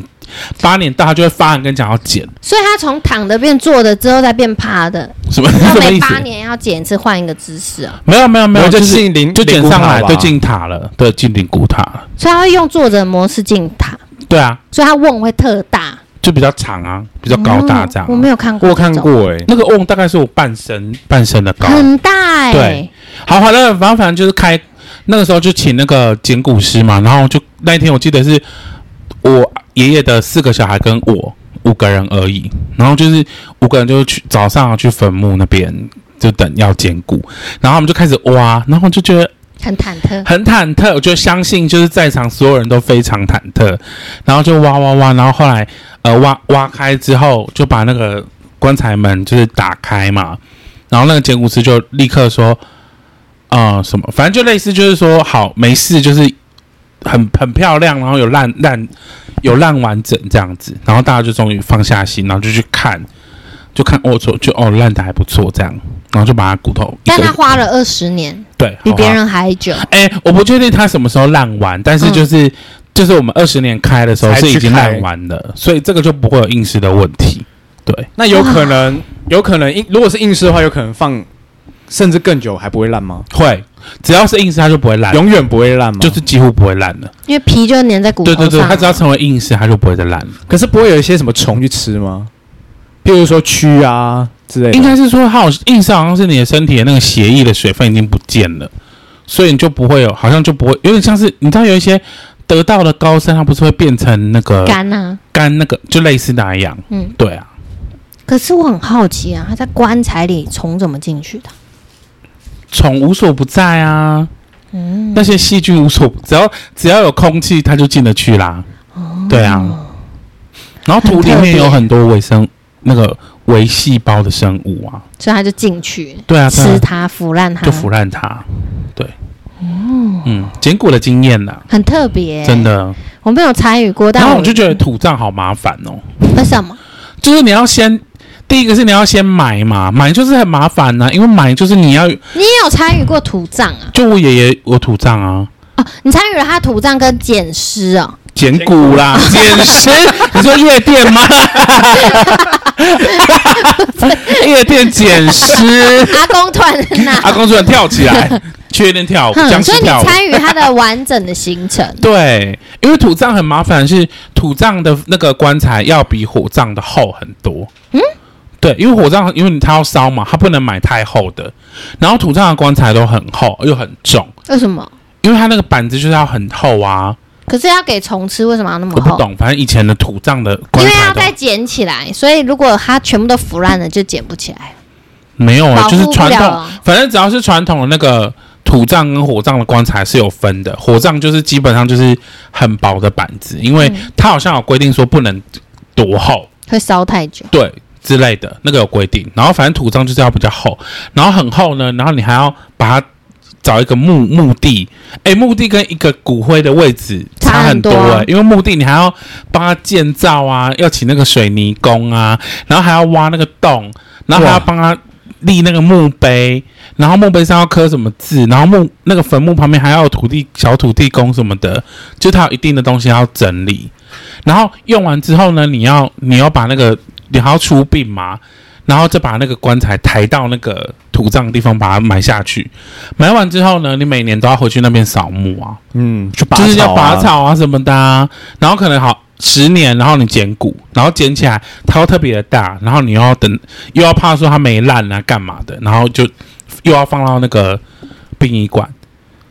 Speaker 1: 八年大他就会发函跟你讲要剪，
Speaker 2: 所以他从躺的变坐的之后再变趴的，
Speaker 1: 什么
Speaker 2: 他
Speaker 1: 什么
Speaker 2: 每
Speaker 1: 意
Speaker 2: 八
Speaker 1: 思？
Speaker 2: 年要剪一次，换一个姿势啊。
Speaker 1: 没有没有没有，
Speaker 3: 然后
Speaker 1: 就
Speaker 3: 就是进灵
Speaker 1: 就
Speaker 3: 灵
Speaker 1: 剪
Speaker 3: 骨啊
Speaker 1: 上
Speaker 3: 塔
Speaker 1: 来，
Speaker 3: 吧
Speaker 1: 对，进塔了，对，进灵骨塔了，
Speaker 2: 所以他会用坐着的模式进塔，
Speaker 1: 对啊，
Speaker 2: 所以他瓮会特大，
Speaker 1: 就比较长啊，比较高大这样
Speaker 2: 哦。我没有看过，
Speaker 3: 我看，过哎、
Speaker 1: 那个瓮大概是我半身半身的高，
Speaker 2: 很大哎、
Speaker 1: 对好，好的，反正反正就是开那个时候就请那个剪骨师嘛，然后就那一天我记得是我爷爷的四个小孩跟我五个人而已，然后就是五个人就去早上啊去坟墓那边就等要剪骨，然后他们就开始挖，然后就觉得
Speaker 2: 很忐忑。
Speaker 1: 很忐忑，我就相信就是在场所有人都非常忐忑，然后就挖挖挖，然后后来呃挖挖开之后，就把那个棺材门就是打开嘛，然后那个捡骨师就立刻说，啊、什么，反正就类似就是说好没事，就是很很漂亮，然后有烂烂有烂完整这样子，然后大家就终于放下心，然后就去看，就看哦就就哦烂的还不错这样，然后就把他骨头一个
Speaker 2: 但
Speaker 1: 一个，哦
Speaker 2: 他花了二十年，
Speaker 1: 对
Speaker 2: 比
Speaker 1: 好
Speaker 2: 别
Speaker 1: 好
Speaker 2: 人还久。
Speaker 1: 哎、我不确定他什么时候烂完，但是就是、就是我们二十年开的时候
Speaker 3: 嗯才
Speaker 1: 是
Speaker 3: 去
Speaker 1: 已经烂
Speaker 3: 开
Speaker 1: 完了，所以这个就不会有硬尸的问题。对，
Speaker 3: 那有可能，有可能硬，如果是硬式的话，有可能放甚至更久还不会烂吗？
Speaker 1: 会，只要是硬式，它就不会烂，
Speaker 3: 永远不会烂吗？
Speaker 1: 就是几乎不会烂了。
Speaker 2: 因为皮就粘在骨头
Speaker 1: 对
Speaker 2: 上。
Speaker 1: 对对，它只要成为硬式，它就不会再烂了。
Speaker 3: 可是不会有一些什么虫去吃吗？譬如说蛆啊之类的。
Speaker 1: 应该是说，它好硬式好像是你的身体的那个血液的水分已经不见了，所以你就不会有，好像就不会有点像是你知道有一些得到的高山，它不是会变成那个
Speaker 2: 干啊。
Speaker 1: 干那个，就类似那样。
Speaker 2: 嗯，
Speaker 1: 对啊，
Speaker 2: 可是我很好奇啊，它在棺材里虫怎么进去的？
Speaker 1: 虫无所不在啊，
Speaker 2: 嗯，
Speaker 1: 那些细菌无所不，只要只要有空气，它就进得去啦。对啊，然后土里面有很多微生那个微细胞的生物啊，
Speaker 2: 所以它就进去
Speaker 1: 对啊，对啊
Speaker 2: 吃它、腐烂它，
Speaker 1: 就腐烂它。对，嗯，捡骨的经验呐，
Speaker 2: 很特别、
Speaker 1: 真，的。
Speaker 2: 我没有参与过，但
Speaker 1: 然后
Speaker 2: 我
Speaker 1: 我就觉得土葬好麻烦哦，
Speaker 2: 为什么？
Speaker 1: 就是你要先。第一个是你要先埋嘛，埋就是很麻烦呐、因为埋就是你要，
Speaker 2: 你也有参与过土葬啊？
Speaker 1: 就我爷爷我土葬啊，
Speaker 2: 哦，你参与了他土葬跟捡
Speaker 1: [laughs]
Speaker 2: 尸哦，
Speaker 1: 捡骨啦，捡尸。你说夜店 [laughs] 吗？夜店捡尸，
Speaker 2: 阿公团呐、
Speaker 1: 阿公突然跳起来，去夜店跳舞，僵尸
Speaker 2: 嗯，所以你
Speaker 1: 跳舞。，
Speaker 2: 参与他的完整的行程
Speaker 1: [laughs] 对，因为土葬很麻烦，是土葬的那个棺材要比火葬的厚很多。嗯，对，因为火葬因为它要烧嘛，它不能买太厚的，然后土葬的棺材都很厚又很重，
Speaker 2: 为什么？
Speaker 1: 因为它那个板子就是要很厚啊。
Speaker 2: 可是要给虫吃，为什么要那么
Speaker 1: 我不
Speaker 2: 厚？
Speaker 1: 懂，反正以前的土葬的
Speaker 2: 哦因
Speaker 1: 棺
Speaker 2: 为
Speaker 1: 材
Speaker 2: 要
Speaker 1: 都
Speaker 2: 再捡起来，所以如果它全部都腐烂了，就捡不起来。
Speaker 1: 没有啊、
Speaker 2: 保护
Speaker 1: 就是传
Speaker 2: 不了
Speaker 1: 统
Speaker 2: 啊，
Speaker 1: 反正只要是传统的那个土葬跟火葬的棺材是有分的。火葬就是基本上就是很薄的板子，因为
Speaker 2: 嗯
Speaker 1: 它好像有规定说不能多厚，
Speaker 2: 会烧太久，
Speaker 1: 对之类的，那个有规定。然后反正土葬就是要比较厚，然后很厚呢，然后你还要把它找一个墓墓地，诶，墓地跟一个骨灰的位置差
Speaker 2: 差
Speaker 1: 很
Speaker 2: 很
Speaker 1: 多
Speaker 2: 多
Speaker 1: 诶，
Speaker 2: 啊
Speaker 1: 因为墓地你还要帮它建造啊，要请那个水泥工啊，然后还要挖那个洞，然后还要
Speaker 3: 哇
Speaker 1: 帮它立那个墓碑，然后墓碑上要刻什么字，然后墓那个坟墓旁边还要有土地小土地公什么的，就它有一定的东西要整理。然后用完之后呢，你要你要把那个你还要出殡嘛，然后再把那个棺材抬到那个土葬的地方，把它埋下去。埋完之后呢，你每年都要回去那边扫墓啊，
Speaker 3: 嗯，去拔
Speaker 1: 就是要
Speaker 3: 草啊
Speaker 1: 拔草啊什么的、啊。然后可能好十年，然后你捡骨，然后捡起来它又特别的大，然后你又要等，又要怕说它没烂啊干嘛的，然后就又要放到那个殡仪馆，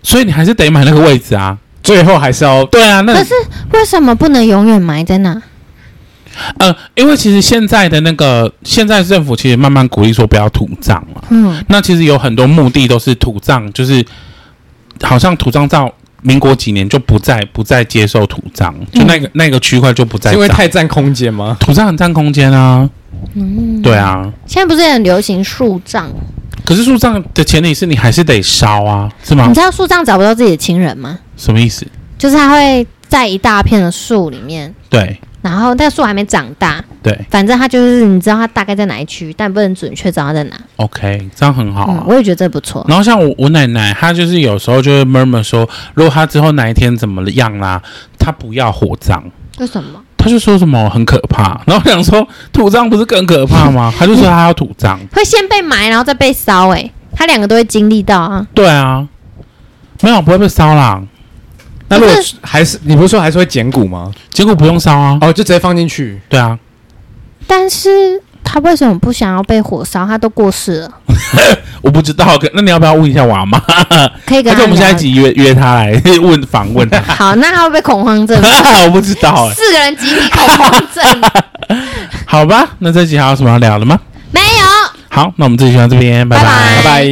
Speaker 1: 所以你还是得买那个位置啊。
Speaker 3: 最后还是要
Speaker 1: 对啊，那
Speaker 2: 可是为什么不能永远埋在那？
Speaker 1: 呃，因为其实现在的那个现在政府其实慢慢鼓励说不要土葬了。
Speaker 2: 嗯，
Speaker 1: 那其实有很多墓地都是土葬，就是好像土葬到民国几年就不再不再接受土葬，就那个、那个区块就不再
Speaker 3: 嗯是因为
Speaker 1: 葬
Speaker 3: 太占空间吗？
Speaker 1: 土葬很占空间啊，
Speaker 3: 嗯
Speaker 1: 对啊。
Speaker 2: 嗯现在不是也很流行树葬？
Speaker 1: 可是树葬的前提是你还是得烧啊，是吗
Speaker 3: 嗯
Speaker 2: 你？知道树葬找不到自己的亲人吗？
Speaker 1: 什么意思？
Speaker 2: 就是它会在一大片的树里面，
Speaker 1: 对
Speaker 2: 然后但树还没长大，
Speaker 1: 对
Speaker 2: 反正它就是你知道它大概在哪一区，但不能准确知道它在哪。
Speaker 1: ，OK，这样很好啊。
Speaker 2: 嗯，我也觉得这不错。
Speaker 1: 然后像我我奶奶，她就是有时候就会 murmur 说，如果她之后哪一天怎么样啦、她不要火葬。
Speaker 2: 为什么？
Speaker 1: 他就说什么很可怕，然后我想说土葬不是更可怕吗？他就说他要土葬，
Speaker 2: 会先被埋，然后再被烧、欸？哎，他两个都会经历到啊。
Speaker 1: 对啊，没有不会被烧啦，
Speaker 3: 那如果
Speaker 2: 可是
Speaker 3: 还是你不是说还是会捡骨吗？
Speaker 1: 结果不用烧啊，
Speaker 3: 哦，就直接放进去。
Speaker 1: 对啊，
Speaker 2: 但是他为什么不想要被火烧？他都过世了，
Speaker 1: 我不知道，可那你要不要问一下我阿 [laughs] 妈？
Speaker 2: 可以跟
Speaker 1: 还是
Speaker 2: 他
Speaker 1: 我们下
Speaker 2: 聊
Speaker 1: 一集约约他来问访问 [laughs] 他？
Speaker 2: 好，那他会不会恐慌
Speaker 1: [laughs]
Speaker 2: 症？
Speaker 1: 我不知道、欸，
Speaker 2: 四个人集体恐慌
Speaker 1: [laughs]
Speaker 2: 症，
Speaker 1: 好吧，那这集还有什么要聊的吗？
Speaker 2: 没有。
Speaker 1: 好，那我们这集就到这边，拜
Speaker 2: 拜
Speaker 1: 拜
Speaker 3: 拜拜。